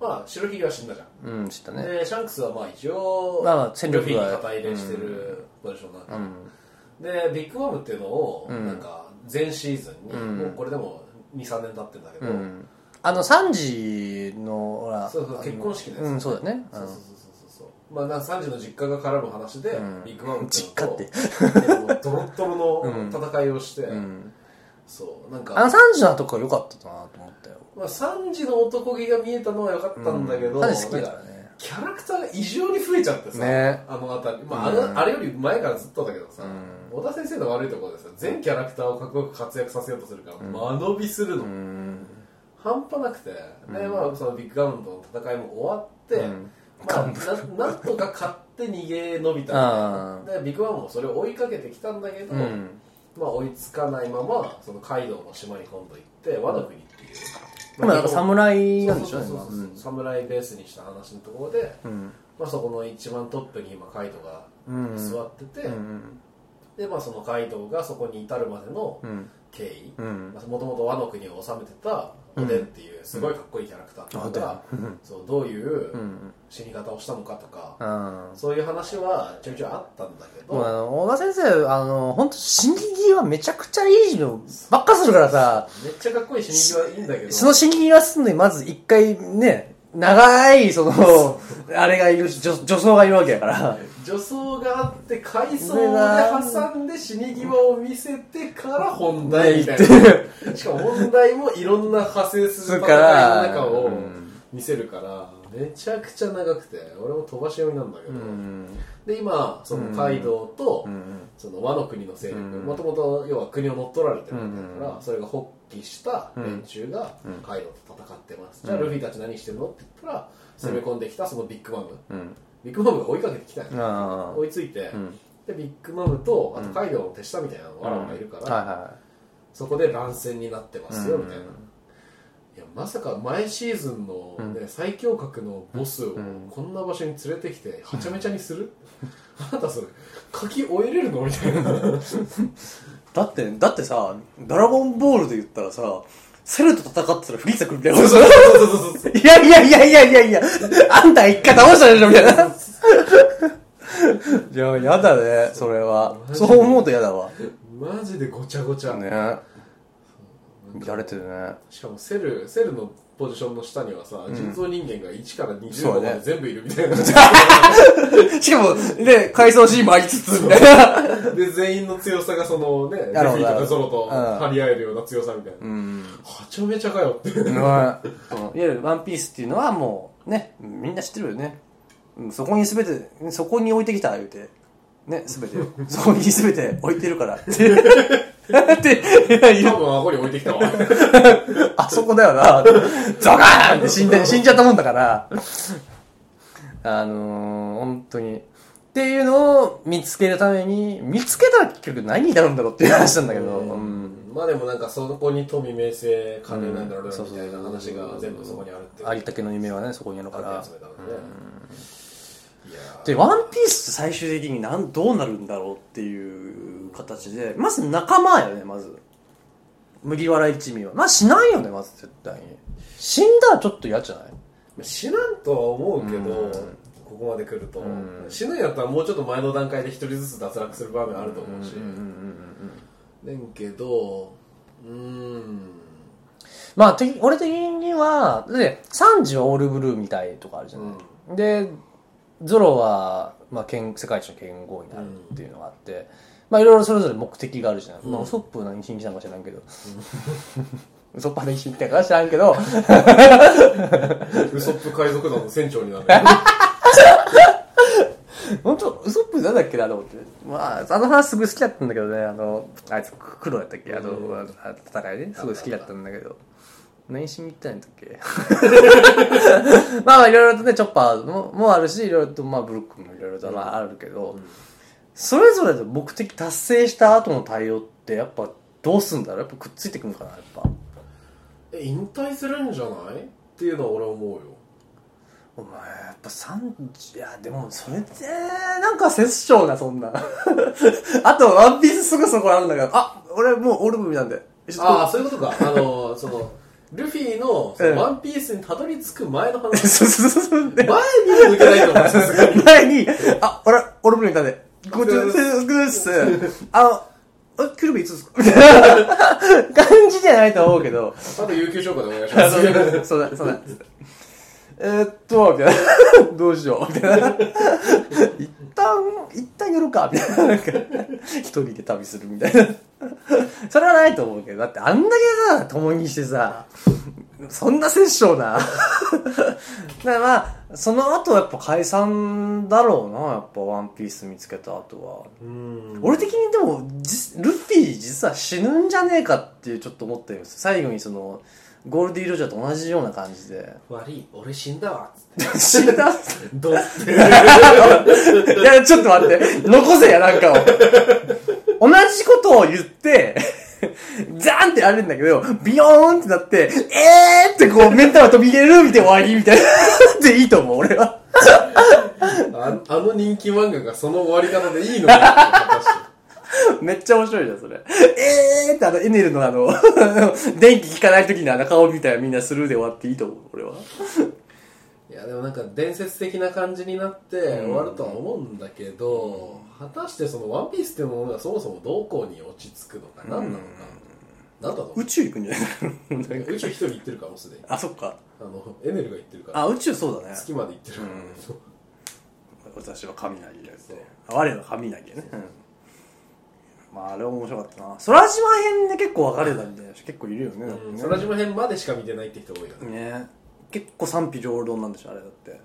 B: まあ白ひげは死んだじゃん、
A: うん、知ったね。
B: でシャンクスはまあ一応
A: まあまあ戦力は
B: ルフィに肩入れしてるポジションなんだけ
A: う
B: ど、
A: ん。
B: でビッグマムっていうのを、
A: うん
B: なんか前シーズンに、
A: うん
B: もうこれでも23年経ってるんだけど、
A: うん。あの、3時の、ほら。
B: そうそう結婚式のやつ
A: うん、そうだよね。
B: そうそう
A: うん
B: そうそうそうまあ、なんか3時の実家が絡む話で、
A: うん
B: ビッグマム君
A: 実家って
B: ともうドロッドロ
A: うん
B: の戦いをして、
A: うん、
B: そうなんか
A: あの3時のとこ良かったなと思ったよ
B: まあ、3時の男気が見えたのは良かったんだけど、
A: 3時好きだからね
B: キャラクターが異常に増えちゃってさ、
A: ね
B: あのあたり、まああ
A: うん
B: のあれより前からずっとだけどさ、
A: う
B: 小田先生の悪いところでさ全キャラクターをかっこよく活躍させようとするから、
A: うん
B: 間延びするの、
A: うん
B: 半端なくて、で
A: うん
B: まあ、そのビッグガウンドの戦いも終わって、
A: うん
B: まあ、ななんとか勝って逃げ延びた
A: あ
B: でビッグワンもそれを追いかけてきたんだけ
A: ー
B: ど、
A: うん
B: まあ、追いつかないままそのカイドウの島に今度行って和の国っていう、
A: 今なんか侍なんでしょ
B: そうそうそうそう
A: 今うん
B: 侍ベースにした話のところで、
A: うん
B: まあ、そこの一番トップに今カイドウが
A: うん
B: 座ってて、
A: うん
B: でまあ、そのカイドウがそこに至るまでの
A: うん
B: 経緯
A: うん
B: もともと和の国を治めてたおでんっていうすごいかっこいいキャラクターっていう
A: あ
B: の
A: だ
B: が
A: よ、うん
B: そうどういう
A: うん
B: 死に方をしたのかとか、
A: あー
B: そういう話はちょいちょいあったんだけど、
A: もうあの小田先生あの本当死に際はめちゃくちゃいいのばっかするからさ
B: めっちゃかっこいい死に際いいんだけど
A: その死に際すんのにまず一回ね長いそ のあれがいる女女装がいるわけやから
B: 女装があって階層
A: これが
B: で挟んで死に際を見せてから本題
A: ね
B: みた
A: 言
B: い
A: って
B: な
A: る
B: しかも本題もいろんな派生する
A: だ
B: 戦
A: か
B: いの
A: ら
B: 中を
A: うん
B: 見せるからめちゃくちゃ長くて俺も飛ばし読みなんだけど、
A: うん
B: で今そのカイドウと、
A: うん
B: その和の国の勢力
A: うん
B: もともと要は国を乗っ取られてるんだから、
A: う
B: それが発起した連中が
A: うん
B: カイドウと戦ってます、
A: うん
B: じゃあルフィたち何してるのって言ったら攻め込んできたそのビッグマム
A: うん
B: ビッグマムが追いかけてきたよ、
A: あ
B: 追いついて、
A: あうん
B: でビッグマムとあ
A: う
B: と
A: ん
B: カイドウの手下みたいなワランがいるから、
A: はいは
B: そこで乱戦になってますよ、
A: うん
B: みたいないやまさか前シーズンの、ね最強格のボスを
A: うん
B: こんな場所に連れてきてはちゃめちゃにする、あなたそれ書き終えれるのみたいな
A: いだってだってさドラゴンボールで言ったらさセルと戦ってたらフリーザ来るみたいなこと
B: そうそうそうそう
A: いやいやいやいやいやいや、あんた一回倒したでしょみたいな。いや、やだね、それは。
B: マジで
A: そう思うとやだわ。
B: マジでごちゃごちゃ、
A: ね。やれてるね。
B: しかもセルセルのポジションの下にはさ、人造人間が1から20
A: そう
B: ま
A: だね
B: で全部いるみた いな、
A: しかも、ね、回想シーンもありつつ、みたいな。
B: で全員の強さがそのねルフ
A: なるほど
B: ィとかゾロ
A: う
B: と
A: ん
B: 張り合えるような強さみたいな、
A: うん。
B: はちゃめちゃかよって
A: ねそのいわゆるワンピースっていうのはもう、ね、みんな知ってるよね。うんそこにすべて、そこに置いてきた、言うて。ね、すべてを。そこにすべて置いてるから。って、 って言
B: 多
A: う
B: 分あこに置いて きたわ
A: あそこだよ な、ザガーンって死んで死んじゃったもんだから、あのー、本当に。っていうのを見つけるために、見つけたら結局何になるんだろうっていう話なんだけど、うん。
B: まあでもなんかそこに富名声金なんだろうな
A: そう
B: みたいな話が全部そこにあるって
A: ありたけの夢はね、そこにあるから
B: 集。めたので、いやー
A: で、ワンピースって最終的になんどうなるんだろうっていう形で、まず仲間よね、まず。麦わら一味は。まあ死ないよね、まず絶対に。死んだらちょっと嫌じゃない
B: 死なんとは思うけど、
A: うん
B: ここまで来ると、
A: うん
B: 死ぬんやったらもうちょっと前の段階で一人ずつ脱落する場面あると思うし、
A: うんうんうんうんうん
B: ねんけどうーん
A: まあ、て俺的には、で、サンジはオールブルーみたいとかあるじゃない。で、ゾロは、まあ、剣世界一の剣豪になるっていうのがあって、まあ、いろいろそれぞれ目的があるじゃない。
B: うん
A: まあ、ウソップは何しに来たのか知らんけど。 ウソップは何しに来たのか知らんけど、
B: ウソップ海賊団の船長に なる
A: 本当ウソップなんだっけなと思って。まあ、あの話すごい好きだったんだけどね、あの、あいつ黒やったっけあの、
B: うん
A: あの戦いね。すごい好きだったんだけど。何しに行ったんだっけまあまあいろいろとね、チョッパーももあるし、いろいろとまあブルックもいろいろとまああるけど、それぞれで目的達成した後の対応ってやっぱどうすんだろうやっぱくっついてくんかな、やっぱ。
B: え引退するんじゃないっていうのは俺は思うよ
A: お前、やっぱ三いや、でも、それって、なんか殺生な、そんな。 あと、ワンピースすぐそこあるんだけど、あ、俺もうオルブミなんで。
B: ああ
A: あ
B: そういうことかあのそのルフィのそ
A: うん
B: のワンピースにたどり着く前の 話
A: そうそうそうそう。で
B: 前にも抜けないと思うさすがに
A: 前に、あ、俺、オルブミなんで。こっち、すぐっす。あの、え、キルビいつです かみたいな感じじゃないと思うけど。
B: あと有給消化でお願いし
A: そ
B: ま
A: う
B: す
A: だ、そうだ。えーっと、みたいな。どうしよう、みたいな。一旦、一旦寄るか、みたいな。なんか、一人で旅するみたいな。それはないと思うけど、だってあんだけさ、共にしてさ、そんな殺生な。だ からまあ、その後やっぱ解散だろうな、やっぱワンピース見つけた後は。
B: うん
A: 俺的にでもじルフィ実は死ぬんじゃねえかっていうちょっと思ったよ最後にそのゴールディ・ロジャーと同じような感じで
B: 悪い俺死んだわ
A: 死んだ
B: どうって
A: いやちょっと待って残せやなんかを同じことを言って ザーンってやるんだけどビヨーンってなってえーってこうメンタル飛び入れるみたいな終わりみたいなでいいと思う俺は
B: ああの人気漫画がその終わり方でいいのかな果たして
A: めっちゃ面白いじゃんそれえーってあのエネルのあ の電気効かない時のあの顔みたいなみんなスルーで終わっていいと思う俺はい
B: やでもなんか伝説的な感じになって終わるとは思うんだけど、果たしてその「ワンピースっていうものがそもそもどこに落ち着くのか何なのか、なんだと思
A: 宇宙行くんじゃないの
B: う宇宙一人行ってるからもうすでに
A: あそっか
B: あのエネルが行ってるから
A: あ宇宙そうだね
B: 月まで行ってるから、
A: うん
B: そう
A: 私は雷です
B: そう
A: ねあ我は雷ね、うん、まああれは面白かったな空島編で結構分かるようになみたいな人結構いるよねだって
B: うん
A: ね
B: 空島編までしか見てないって人多いよね
A: ね結構賛否両論なんでしょあれだって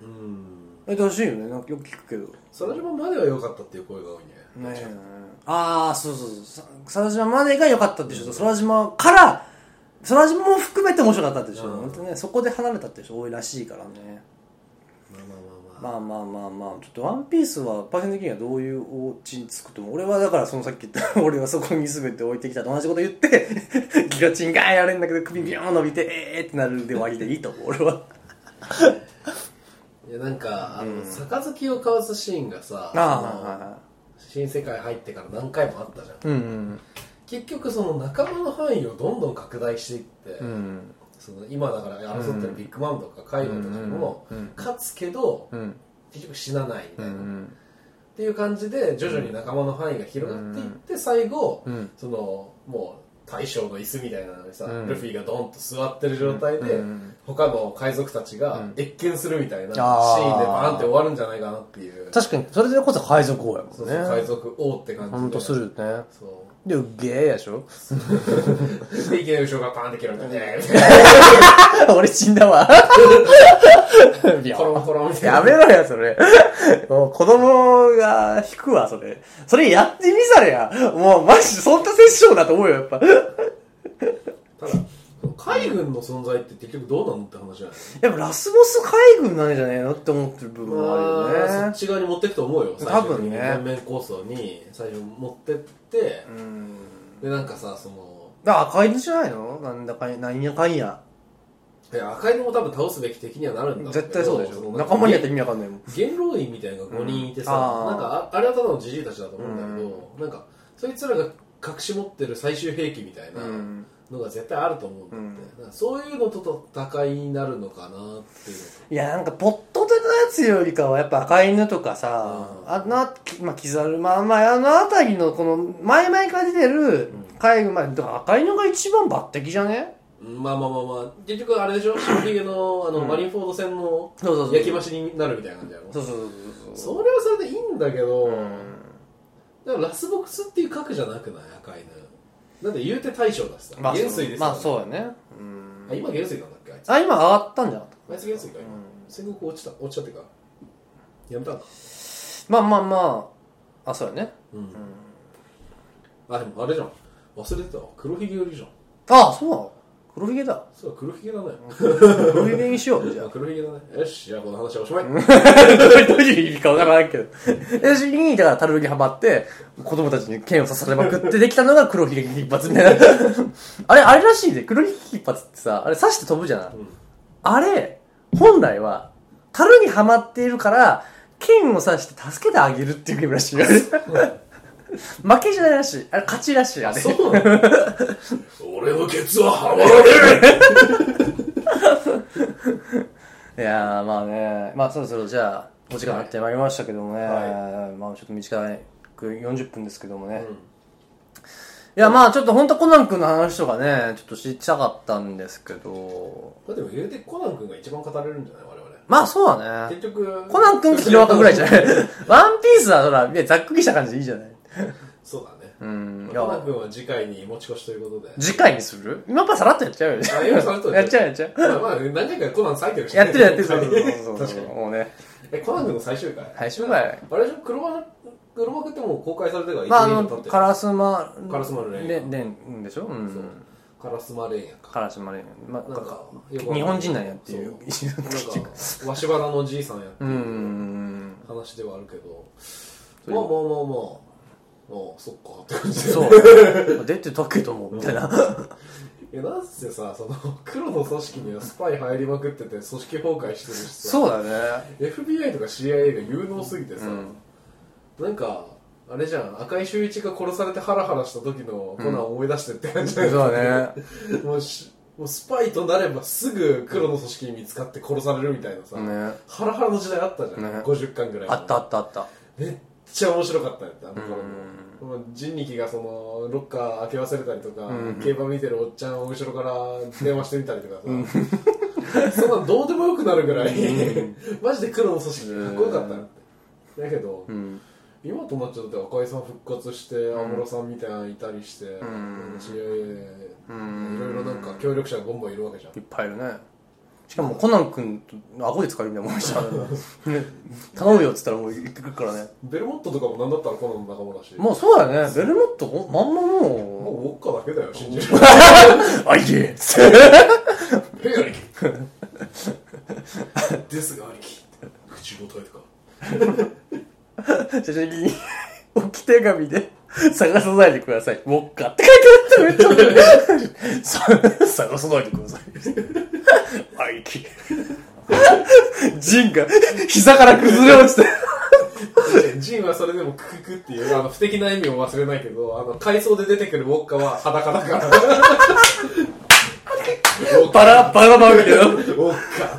B: うん
A: え楽しいよねなんかよく聞くけど
B: 空島までは良かったっていう声が多いね
A: ねえああそうそうそうさ空島までが良かったって人と空島から空島も含めて面白かったって人、
B: うん
A: 本当ねそこで離れたって人多いらしいからね
B: まあ
A: ま
B: まあまあまあ、
A: あまあまあまあちょっと「ワンピースはパーセン的にはどういうお家につくと思う俺はだからそのさっき言った 俺はそこに全て置いてきたと同じこと言って ギロチンガーンやれんだけど首ビヨーン伸びてえーってなるで終わりでいいと思う俺は
B: いやなんかあの、
A: うん
B: 杯を交わすシーンがさあの
A: あ
B: 新世界入ってから何回もあったじゃ
A: あ
B: ん
A: うん
B: 結局その仲間の範囲をどんどん拡大していって、
A: うんうん
B: その今だから争ってるビッグマムとかカイロとかにも
A: うんうん
B: 勝つけど
A: うん
B: 結局死なないみたいな、っ
A: ん
B: ていう感じで徐々に仲間の範囲が広がっていって最後、
A: うん
B: そのもう大将の椅子みたいなのにさ、
A: うん
B: ルフィがドンと座ってる状態で、
A: うん
B: 他の海賊たち
A: う
B: が
A: ん
B: 越見するみたいなシ
A: あー
B: ーンでバーンって終わるんじゃないかなっていう
A: 確かにそれでこそ海賊王やもんね
B: そうそう海賊王って感じで
A: ほんとするよね
B: そう
A: でゲーやでしょ
B: で、いきなり後ろがパーンって切られて、ね
A: 俺死んだ わビヨ
B: コ
A: ーン
B: ロンコロンみたいな。
A: やめろよ、それ。 もう子供が引くわ、それ。それやってみされや。もうマジ、そんな殺生だと思うよ、やっぱ。
B: ただ、海軍の存在って結局どうなのって話じゃない
A: やっぱラスボス海軍なんじゃねえのって思ってる部分もある
B: ま
A: よ
B: あそっ
A: ね。
B: ち側に持ってくと思うよ。
A: 多分ね
B: 最終的に全面構想に最初持ってって
A: う、ん。
B: で、なんかさ、その、
A: だから赤犬じゃないのなんだか、なんやかんや。
B: いや赤犬も多分倒すべき敵にはなるんだろけど
A: 絶対そうでし
B: その
A: ょ。
B: なんか
A: 仲間にやって意味わかんないもん。
B: 元老院みたいなのが5人いてさ、
A: うんあー
B: なんかああれはただのじじいたちだと思うんだけど、なんかそいつらが隠し持ってる最終兵器みたいな
A: うん
B: のが絶対あると思うんだって、だからそういうのと戦いになるのかなっていう
A: いや、なんか、ポットでのやつよりかは、やっぱ赤犬とかさ、
B: うん
A: あのあ、きまあ、キザルマ、まあ、あのあたりの、この、前々から出てる海軍まで、だから赤犬が一番抜擢じゃね
B: うんまあまあまあまあ結局あれでしょ白ひげのあの、マリンフォード戦の
A: そうそうそう
B: 焼き増しになるみたいな感じやろ
A: そうそうそうそうそう。
B: それはそれでいいんだけど、
A: う
B: でもラスボックスっていう核じゃなくない赤犬だって言うて大将だしさ、
A: んまあ、
B: 元帥です
A: まあそう
B: う
A: やね。うん
B: あ今元帥なんだっけあいつ
A: あ、今上がったんじゃなかった
B: あいつ元帥か今、戦国落ちた落ちたっていうかやめたんだ
A: まあまあまあ、あ、そうやね。
B: うん、あでもあれじゃん忘れてたわ黒ひげよりじゃん
A: あ、そうなの黒ひげだ。
B: そう黒ひげ だね
A: 黒ひげにしよう、じゃ
B: あ
A: あ。
B: 黒ひげだねよしじゃあこの話はおしまい、
A: どういう意味かわからんけど。私に、だから、タルルにハマって、子供たちに剣を刺されまくってできたのが黒ひげ一発みたいな。 あれ、あれらしいで、黒ひげ一発ってさ、あれ刺して飛ぶじゃない。
B: うん
A: あれ、本来は、樽にはまっているから、剣を刺して助けてあげるっていうゲームらし いよ。あれ負けじゃないらしい。あれ、勝ちらしい、あれ。
B: そうなの 俺のケツははまらねえ
A: いやー、まあね、まあそろそろじゃあ、お時間になってまいりましたけどもね、
B: は
A: まあちょっと短く40分ですけどもね、や、まあちょっと本当コナン君の話とかね、ちょっと知りたかったんですけど、
B: まあでも言うてコナン君が一番語れるんじゃない我々。
A: まあそうだね
B: 結。局。。
A: コナン君とヒロアカぐらいじゃない ワンピースはほら、いやざっくりした感じでいいじゃない
B: そうだね。
A: うん。い
B: コナン
A: や、
B: 君は次回に持ち越しということで。
A: 次回にする今やっぱさらっとやっちゃうよね。
B: あ今さらっと
A: や
B: や
A: っ
B: っ
A: ち
B: ち
A: ゃ
B: ゃ
A: うやっちゃう。
B: まあまあ、何回かコナン最強
A: やってるやってる。そう
B: 確
A: そ
B: か
A: うそうそう。
B: に。
A: もうね。
B: え、コナン君の最終回
A: 最終回。
B: あれでしょ、車の、車くってもう公開されてから
A: まああ
B: 1
A: の、
B: 年経ってる
A: カラスマ、
B: カラスマのレイ
A: レン、レンでしょう。
B: そうんカラスマレーンやんか。
A: カラスマレン。まあ、
B: なんか
A: 日本人なんやっていう。
B: なんか、わしばらのじいさんやっ
A: う。
B: ていうん話ではあるけど、
A: うん
B: まあまあまあまあ、ああ、そっかって感じで。
A: そう。出てたけども、みたいな。
B: いや、なんせさ、その、黒の組織にはスパイ入りまくってて、組織崩壊してるしさ、
A: そうだね。
B: FBI とか CIA が有能すぎてさ、
A: うん
B: なんか、あれじゃん、赤井秀一が殺されてハラハラした時のコナンを思い出してって感じだ
A: そう
B: よ
A: だね。
B: もうしもうスパイとなればすぐ黒の組織に見つかって殺されるみたいなさ、
A: ね。
B: ハラハラの時代あったじゃん、
A: ね
B: 50巻ぐらいの
A: あったあったあった。
B: めっちゃ面白かったやったあの頃ももう人力がそのロッカー開け忘れたりとか、競馬見てるおっちゃんを後ろから電話してみたりとかさ、 そんなんどうでもよくなるぐらい、 マジで黒の組織かっこよかったなって、だけど、
A: うん。
B: 今となっちゃって赤井さん復活して安室さんみたいなのいたりして、
A: ん
B: 知り合い
A: ん
B: いろいろなんか協力者がボンボンいるわけじゃん
A: いっぱいいるね。しかもコナン君と顎で使えるみたいなもんでした。ね 頼むよっつったらもう言ってくるからね。
B: ベルモットとかもなんだったらコナンの仲間だし
A: もうそうだよね。ベルモットほんまんま
B: も
A: も
B: うウォッカだけだよ信じる
A: う、あい えっつって
B: ヘイ兄 貴ですが兄貴口答えとか
A: 写真に 置き手紙で探さないでください。ウォッカって書いてあっためっちゃ 面白い。さ探さないでください。あいき。 ジンが膝から崩れ落ちて。
B: ジンはそれでもクククっていうあの不敵な意味を忘れないけどあの海藻で出てくるウォッカは裸だから ウォッカ
A: バラバラバラみたいな。
B: ウォッカっ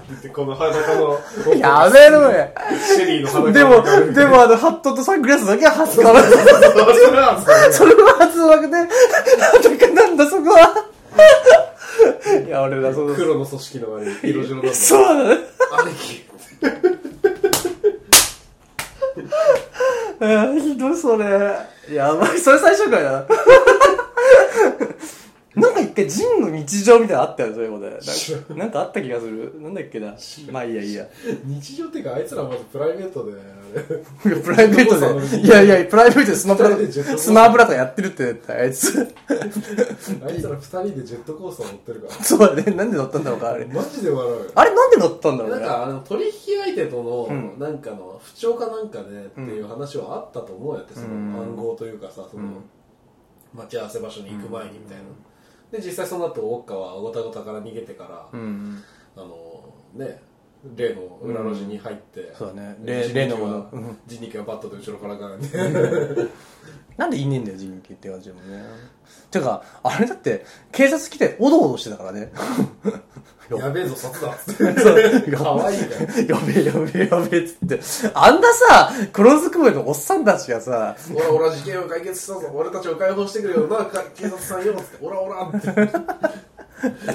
B: て言ってこの裸のウォッカ
A: やめろや。
B: シェリーの裸
A: でも、でもあの、ハットとサングラスだけは外 さない。
B: それは
A: それは外さなくて、なんだかなんだそこは。いや、俺らそうだ
B: 黒の組織の割に色白なんだ
A: そうだね。
B: 兄貴
A: うんひどいそれやばいそれ最初回だな なんか一回ジンの日常みたいなのあったよそういうことでなんかあった気がするなんだっけなまあいいやいいや
B: 日常っていうかあいつらまずプライベートで
A: いやプライベ
B: お父さんの
A: ート
B: 日
A: でい
B: 常
A: やいやプライベートでスマブラ
B: 二人でジェットコースター
A: スマブラとかやってるって絶対あいつ
B: あいつら二人でジェットコースター乗ってるか
A: そうだねなんで乗ったんだろうかあ
B: ら
A: れ
B: マジで笑うよ
A: あれなんで乗ったんだろ
B: な
A: うんね
B: かあの取引相手との
A: ん
B: なんかの不調かなんかでっていう話はあったと思うやってその暗号というかさその待ち合わせ場所に行く前にみたいなで実際その後ウォッカはゴタゴタから逃げてか
A: う
B: ら
A: ん
B: あのね例の裏路地に入って
A: そうだね
B: で
A: 例例のもの
B: 人力は人力がバットで後ろからがんで
A: なんでいねえんだよジンキって感じだもんねてかあれだって警察来ておどおどしてたからね
B: やべえぞ札だっつって
A: そう
B: かわいいから
A: やべえやべえやべえっつって。あんなさ、黒ずくめのおっさんたちがさ、
B: オラオラ事件を解決したぞ俺たちを解放してくれよなか警察さんよっつってオラオラって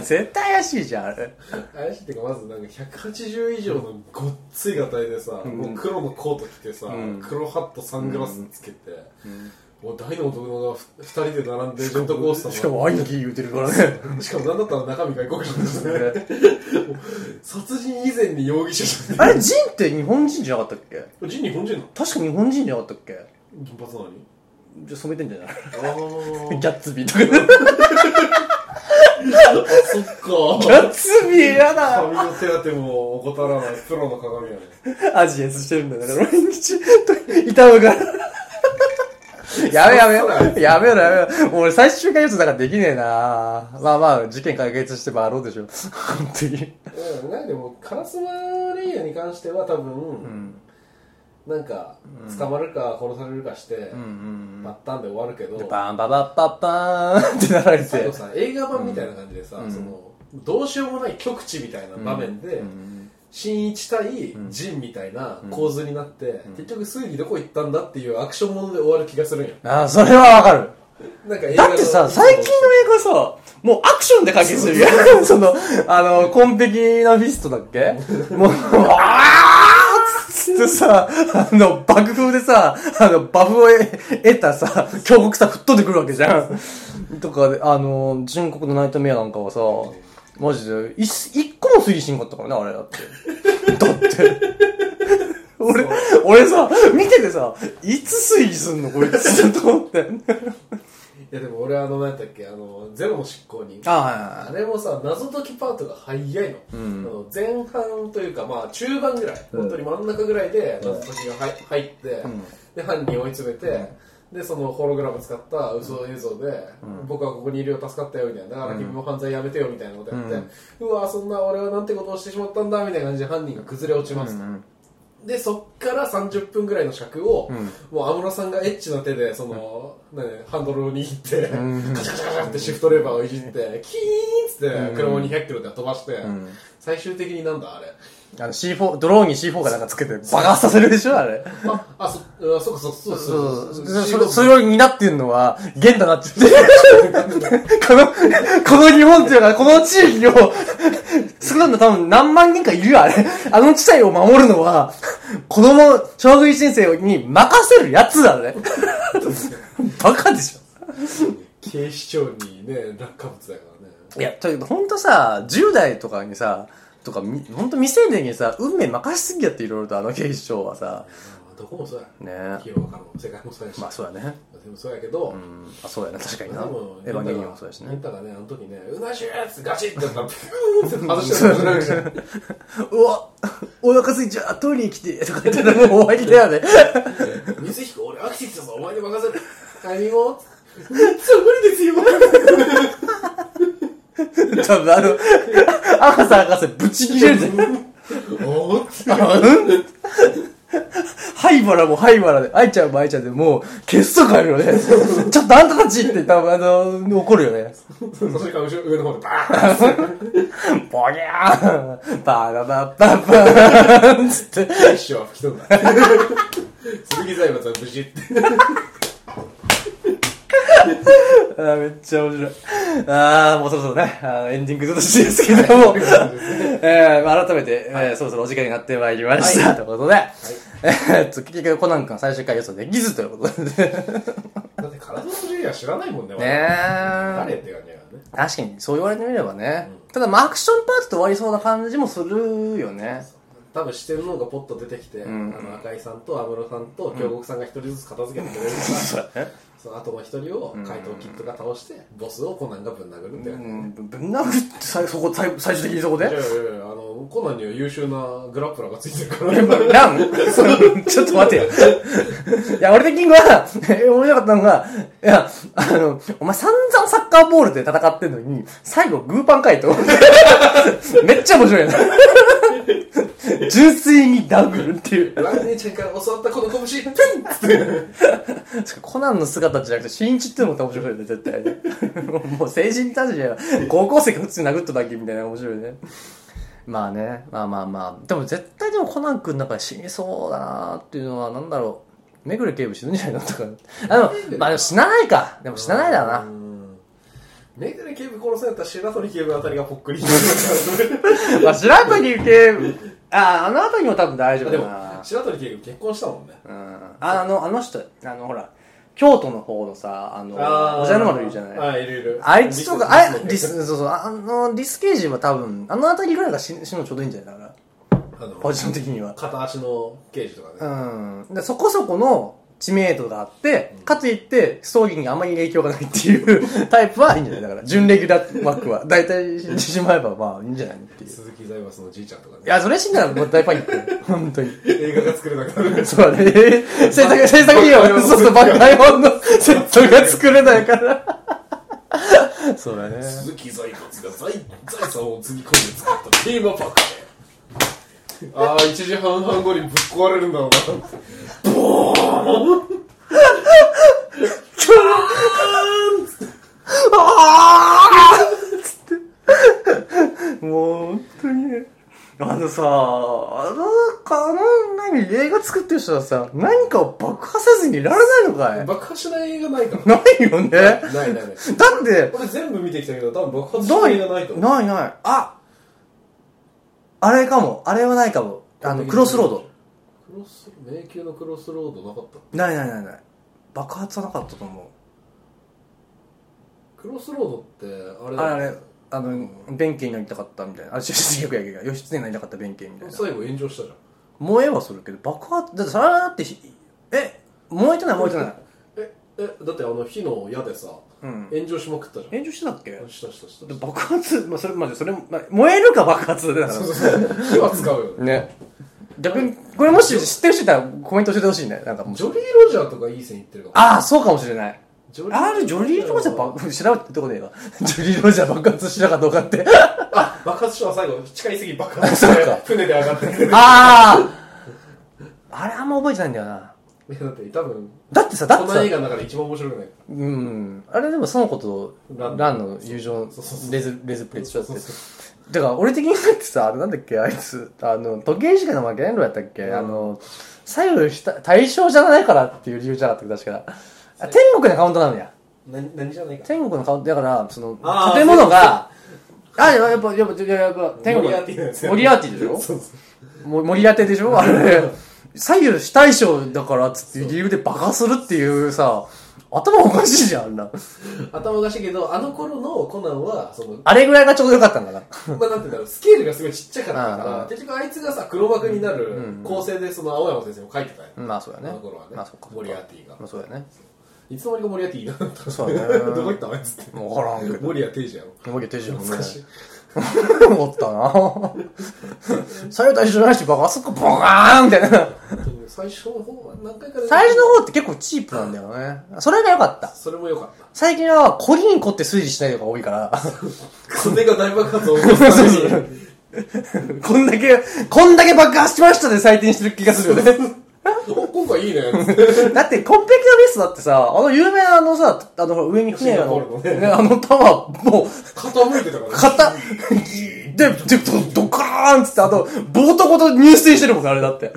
A: 絶対怪しいじゃん、あれ。
B: 怪しいっていうかまずなんか180以上のごっついがたいでさ、もう黒のコート着てさ、
A: ん
B: 黒ハットサングラスつけて、もう大の男がふ2人で並んでジェットコースター
A: しかも、兄貴言うてるから ね。
B: もしかもなんだったら中身外国人ですねもう殺人以前に容疑者じゃん
A: あれ、ジンって日本人じゃなかったっけ
B: ジン日本人なの
A: 確か日本人じゃなかったっけ
B: 銀髪なのに
A: じゃあ染めてんじゃない
B: あー
A: ギャッツビーとか。
B: あそ
A: ギ
B: っか
A: ャッツビーやだ
B: 髪の手当ても怠らないプロの鏡やね
A: アジアスしてるんだから、毎日、痛むから。やめやめやめろやめろ。もう俺最終回予想だからできねえなまあまあ、事件解決して回ろうでしょ。本当に。
B: うん、なんかでもカラスマレイヤーに関しては多分、なんか捕まるか殺されるかして、バッタンで終わるけど、
A: バンババッパッパーンってなられ
B: 最
A: て
B: 後。さ映画版みたいな感じでさ、そのどうしようもない極地みたいな場面で、新一対仁みたいな構図になって、結局推理どこ行ったんだっていうアクションもので終わる気がするんや
A: ああ、それはわかる。
B: なんか映画
A: だ
B: の
A: ってさ、最近の映画さ、もうアクションで解決するやん。その、あの、コンペキなフィストだっけもう、あーっつってさ、あの、爆風でさ、あの、バフを得たさ、強国さ、吹っ飛んでくるわけじゃん。とかで、あの、純国のナイトメアなんかはさ、マジで、い一個も推理しんかったからね、あれだって。だって。俺、俺さ、見ててさ、いつ推理すんのこいつと思って。
B: いやでも俺あの何やったっけあのゼロの執行人
A: ああ、はいはいはい
B: あ。れもさ謎解きパートが早いの,、あの前半というかまあ中盤ぐらい、本当に真ん中ぐらいで謎解きが入入って、で犯人を追い詰めて、でそのホログラム使った嘘映像で、僕はここにいるよ助かったよみたいなだから君も犯罪やめてよみたいなことやって、うわそんな俺はなんてことをしてしまったんだみたいな感じで犯人が崩れ落ちますと、でそっから30分ぐらいの尺を、もう安室さんがエッチな手でその、ね、ハンドルを握って、カチャカチャカチャってシフトレバーをいじって、キーンっつって車を200キロで飛ばして、最終的になんだあれ
A: あの C4、ドローンに C4 がなんかつ けて爆発させるでしょあれ。
B: ああそあそっかそっかそ
A: そ
B: うそうう
A: そう
B: そう
A: そう。そ
B: そ
A: れ、
B: う
A: それを担ってんのは、源だなって言って。 この、この日本っていうか、この地域を、少なくとも多分何万人かいるよ、あれ。あの地帯を守るのは、子供、小学1年生に任せるやつだね。 バカでしょ。
B: 警視庁にね落下物だからね
A: いや、というほんとさ、10代とかにさ、とか、みほんと未成年にさ、運命任しすぎやっていろいろとあの警視庁はさ、
B: あどこもそうや
A: ね
B: 広場からも世界もそうやし、
A: まあそうだね。
B: でもそうやけど、
A: うん、あ、そうやな、確かに
B: で
A: な。エ
B: も
A: ヴァンゲリオンもそうだし
B: レ
A: ね
B: ン。タがねあの時ねうなしゅーっつってガチッてやったらピューンって外して るわけじゃん
A: うわ、お腹すいちゃう、トイレに来て、とか言ってたらもう終わりだよね。
B: 水彦俺アクティスだぞお前に任せる何もめっちゃ無理ですよ
A: 多分あの、赤さ赤さぶち切れるぜ。
B: おーっつって
A: あうん灰原も灰原で、愛ちゃんも愛ちゃんで、もう、結束あるよね。ちょっとあんたたちって多分あの、怒るよね。
B: その瞬間後ろ上の方でバーンって
A: ボギャーバラバババーンつって。
B: 大将は吹き飛んだ鈴木財閥は無事って
A: あーめっちゃ面白い。ああ、もうそろそろね、あーエンディングずっとしてですけど も、えーまあ改めて、えーそろそろお時間になってまいりました。ということで、えーっと、結局コナン君は最終回予想できずということで。
B: だって体の種類は知らないもんね俺
A: ね
B: 誰
A: え。
B: って感じだからね
A: 確かに、そう言われてみればね。ただ、まあ、アクションパートと終わりそうな感じもするよね。
B: 多分四天王がポッと出てきて、あの赤井さんと安室さんと京極さんが一人ずつ片付けてくれるから、その後の一人を怪盗キッドが倒して、ボスをコナンがぶん殴るんだよ
A: う
B: ね、
A: ん、ぶん殴って、最そこ最最終的にそこ
B: いや
A: で
B: いやいやあのコナンには優秀なグラップラーがついてるから
A: ラン ちょっと待てよ。いや、俺的には、え面白かったのが、いや、あの、お前散々サッカーボールで戦ってんのに、最後グーパンかいと思って。めっちゃ面白いな。純粋にダブルっていう。
B: ラン姉ちゃんから教わったこの拳、ピン
A: しかもコナンの姿じゃなくて、新一っていうのもまた面白いよね、絶対ね。 もう成人たちじゃ、高校生が普通に殴っただけみたいな面白いね。まあね、まあまあまあ。でも絶対でもコナン君なんか死にそうだなっていうのは、なんだろう。めぐれ警部死ぬんじゃないかとか。あの、まあでも死なないか。でも死なないだろうな。
B: メガネ警部殺せんやったら白鳥警部あたりがぽっくり。
A: まあ白鳥警部、ああ、あの後にも多分大丈
B: で
A: 夫
B: も
A: だな、。
B: 白鳥警部結婚したもんね。
A: うん。ああの、あの人、あのほら、京都の方のさ、あの、おじゃる丸いるじゃない。
B: あーいるいる。
A: あいつとか、あいリ
B: リス
A: ス、そうそう、あの、リスケージは多分、あの辺りぐらいが死ぬ死ぬのちょうどいいんじゃないかな。
B: あの
A: ポジション的には。
B: 片足の刑事とかね。
A: うん。で、そこそこの知名度があって、かといって、ストーリーにあまり影響がないっていう タイプはいいんじゃないだから、準レギュラー枠は。大体死んでしまえば、まあ、いいんじゃないのっていう。い
B: 鈴木財閥のじいちゃんとかね。
A: や、それ死んだらもう大パニック。本当に。
B: 映画が作れなくなる。
A: そうだね。制作、制作費用は、そうそう、バカイモンのセットが作れないから。そうだね。
B: 鈴木財閥が財財産をつぎ込んで作ったテーマパークで。ああ、1時半半後にぶっ壊れるんだろうな。
A: あーっつって。もう、本当にね。あのさ、あの、あの、何、映画作ってる人はさ、何かを爆破せずにいられないのかい
B: 爆破しない映画ないから。
A: ないよね。だ
B: ないないない。
A: って、
B: 俺全部見てきたけど、多分爆発し
A: な
B: ない
A: い
B: 映画ないと思う。
A: ないない。ああれかも。あれはないかも。あの、クロスロード。
B: クロス、迷宮のクロスロードなかった
A: ないないないない。爆発はなかったと思
B: クロスロードって、
A: う。
B: あれ
A: あれあれ、あの、弁慶になりたかったみたいな。あれ、主役やけど、義経になりたかった弁慶みたいな。
B: 最後炎上したじゃん。
A: 燃えはするけど、爆発、だってさらだってひ、え、燃えてない燃えてない。
B: え、え、だってあの火の矢でさ、
A: うん。
B: 炎上しまくったじゃ
A: 炎上してたっけ
B: ん。したしたした
A: で。爆発、まあ、それ、まあ、それ、まあ、燃えるか爆発だか
B: そうそうそう火は使うよね。
A: ら。ね。逆に、これもし知ってる人いたらコメント教えてほしいね。なんかもう
B: ジョリー・ロジャーとかいい線いってるかも。
A: ああ、そうかもしれない。
B: ジョリー
A: あるジョリー・ロジャー爆発、調べてとこねえわ。 ジョリー・ロジャー爆発したかどうか って。
B: あ、爆発したわ最後、近いすぎ爆発
A: そうか
B: して、船で上がって くる。
A: あああれあんま覚えてないんだよな。
B: いやだって多分、
A: だってさ、だ
B: こ
A: って
B: の
A: さ
B: 映、画の中で一番面白くない。
A: うん。あれでもその子と
B: ラン
A: ランの友情
B: そうそうそう、
A: レズ、レズプレイしちゃって
B: そう。
A: だから俺的にだってさ、あれなんだっけ、あいつ、あの、時計仕掛けの負けないのやったっけ、
B: うん
A: あの、左右した、対象じゃないからっていう理由じゃなかったっけ、確か。あ天国のカウントなのや。
B: な何じゃないか。
A: 天国のカウント、だから、その
B: あ、ー
A: 建物が、あ、やっぱ、やっぱ、やっぱ、やっぱ、天国
B: モリアーティのやつ
A: モリアーティでしょ
B: そうそう
A: も森当てでしょあれ、左右非対称だからっつって理由で爆破するっていうさ、頭おかしいじゃん、あんな。
B: 頭おかしいけど、あの頃のコナンは、その、
A: あれぐらいがちょうどよかったんだな。
B: まあ、なんていうんだろう、スケールがすごいちっちゃかったか
A: うんう
B: ら
A: ん、
B: 結局あいつがさ、黒幕になる構成で、その青山先生も書いてたよ。
A: まあそうだね。
B: あの頃はね
A: まあそっか。
B: モリアーティが
A: まあそうだ ね。
B: いつの間にかモリアーティいなかった。
A: そうだね
B: どこ行ったのあいつって。
A: わからんけど。
B: モリアーティじゃん。
A: もげ手順もね
B: 懐か。しい。
A: 思ったな。左右対称じゃないし、爆発すっか、ボカーンみたいな。
B: 最初の方は何回かで
A: 最初の方って結構チープなんだよね。それが良かった。
B: それも良かった。
A: 最近は、コリンコって推理しないのが多いから。
B: これが大爆発を起こすために。
A: こんだけ、こんだけ爆破しましたで採点してる気がするよね。
B: お今回いいね。
A: だって、コンペキのベストだってさ、あの有名なあのさ、あの上に船
B: シンガポー
A: の、
B: ルの
A: ね
B: ね
A: あのタワー、もう、
B: 傾いてたからね。
A: 肩、 で、で、ドドカーンっつって、あと、ボートごと入水してるもんね、あれだって。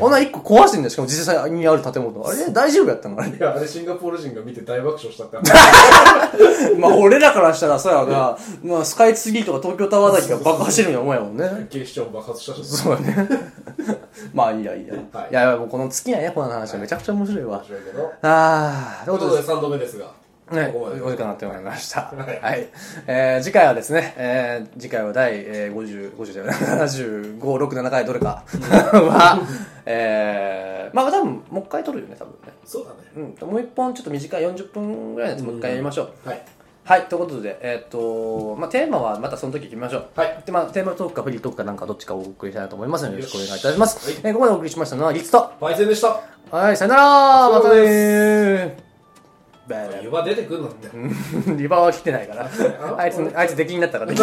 A: あんな一個壊してんだよ、しかも実際にある建物。あれ大丈夫やったのあれ
B: い。や、あれシンガポール人が見て大爆笑した って。
A: まあ、俺らからしたらさ、な、まあ、スカイツリーとか東京タワーだけが爆破してるようなもんやもんね。
B: 警視庁も爆発したし。
A: そうだね。 まあ、いいや、いいや。
B: はい
A: いや、いやもうこの月やね、この話はめちゃくちゃ面白いわ
B: 面。白いけど。
A: あー、と
B: と
A: い
B: いうう
A: こで
B: こととで3度目ですが。
A: ね、
B: ここまで
A: お時間になってまいりました。
B: はい
A: はい。えー次回はですね、えー次回は第、えー、50、50じゃない、75、6、7回どれかは、えー、まあ多分、もう一回撮るよね、多分ね。
B: そうだね。
A: うん、もう一本ちょっと短い40分ぐらいのやつもう一回やりましょう。
B: はい。
A: はい、ということで、えーっ、と、まあテーマはまたその時決めましょう。
B: はい。
A: で、まあテーマトークかフリートークかなんかどっちかお送りしたいなと思いますので、よろしくお願いいたします。
B: よし
A: えーここまでお送りしましたのは、リツと。
B: パイセンでした。
A: はい、さよならま
B: お疲
A: たね
B: れ様
A: ーバイバイ
B: 湯葉出てくんのって。
A: リバーは来てないから。あいつ、あいつ出禁になったから、ね。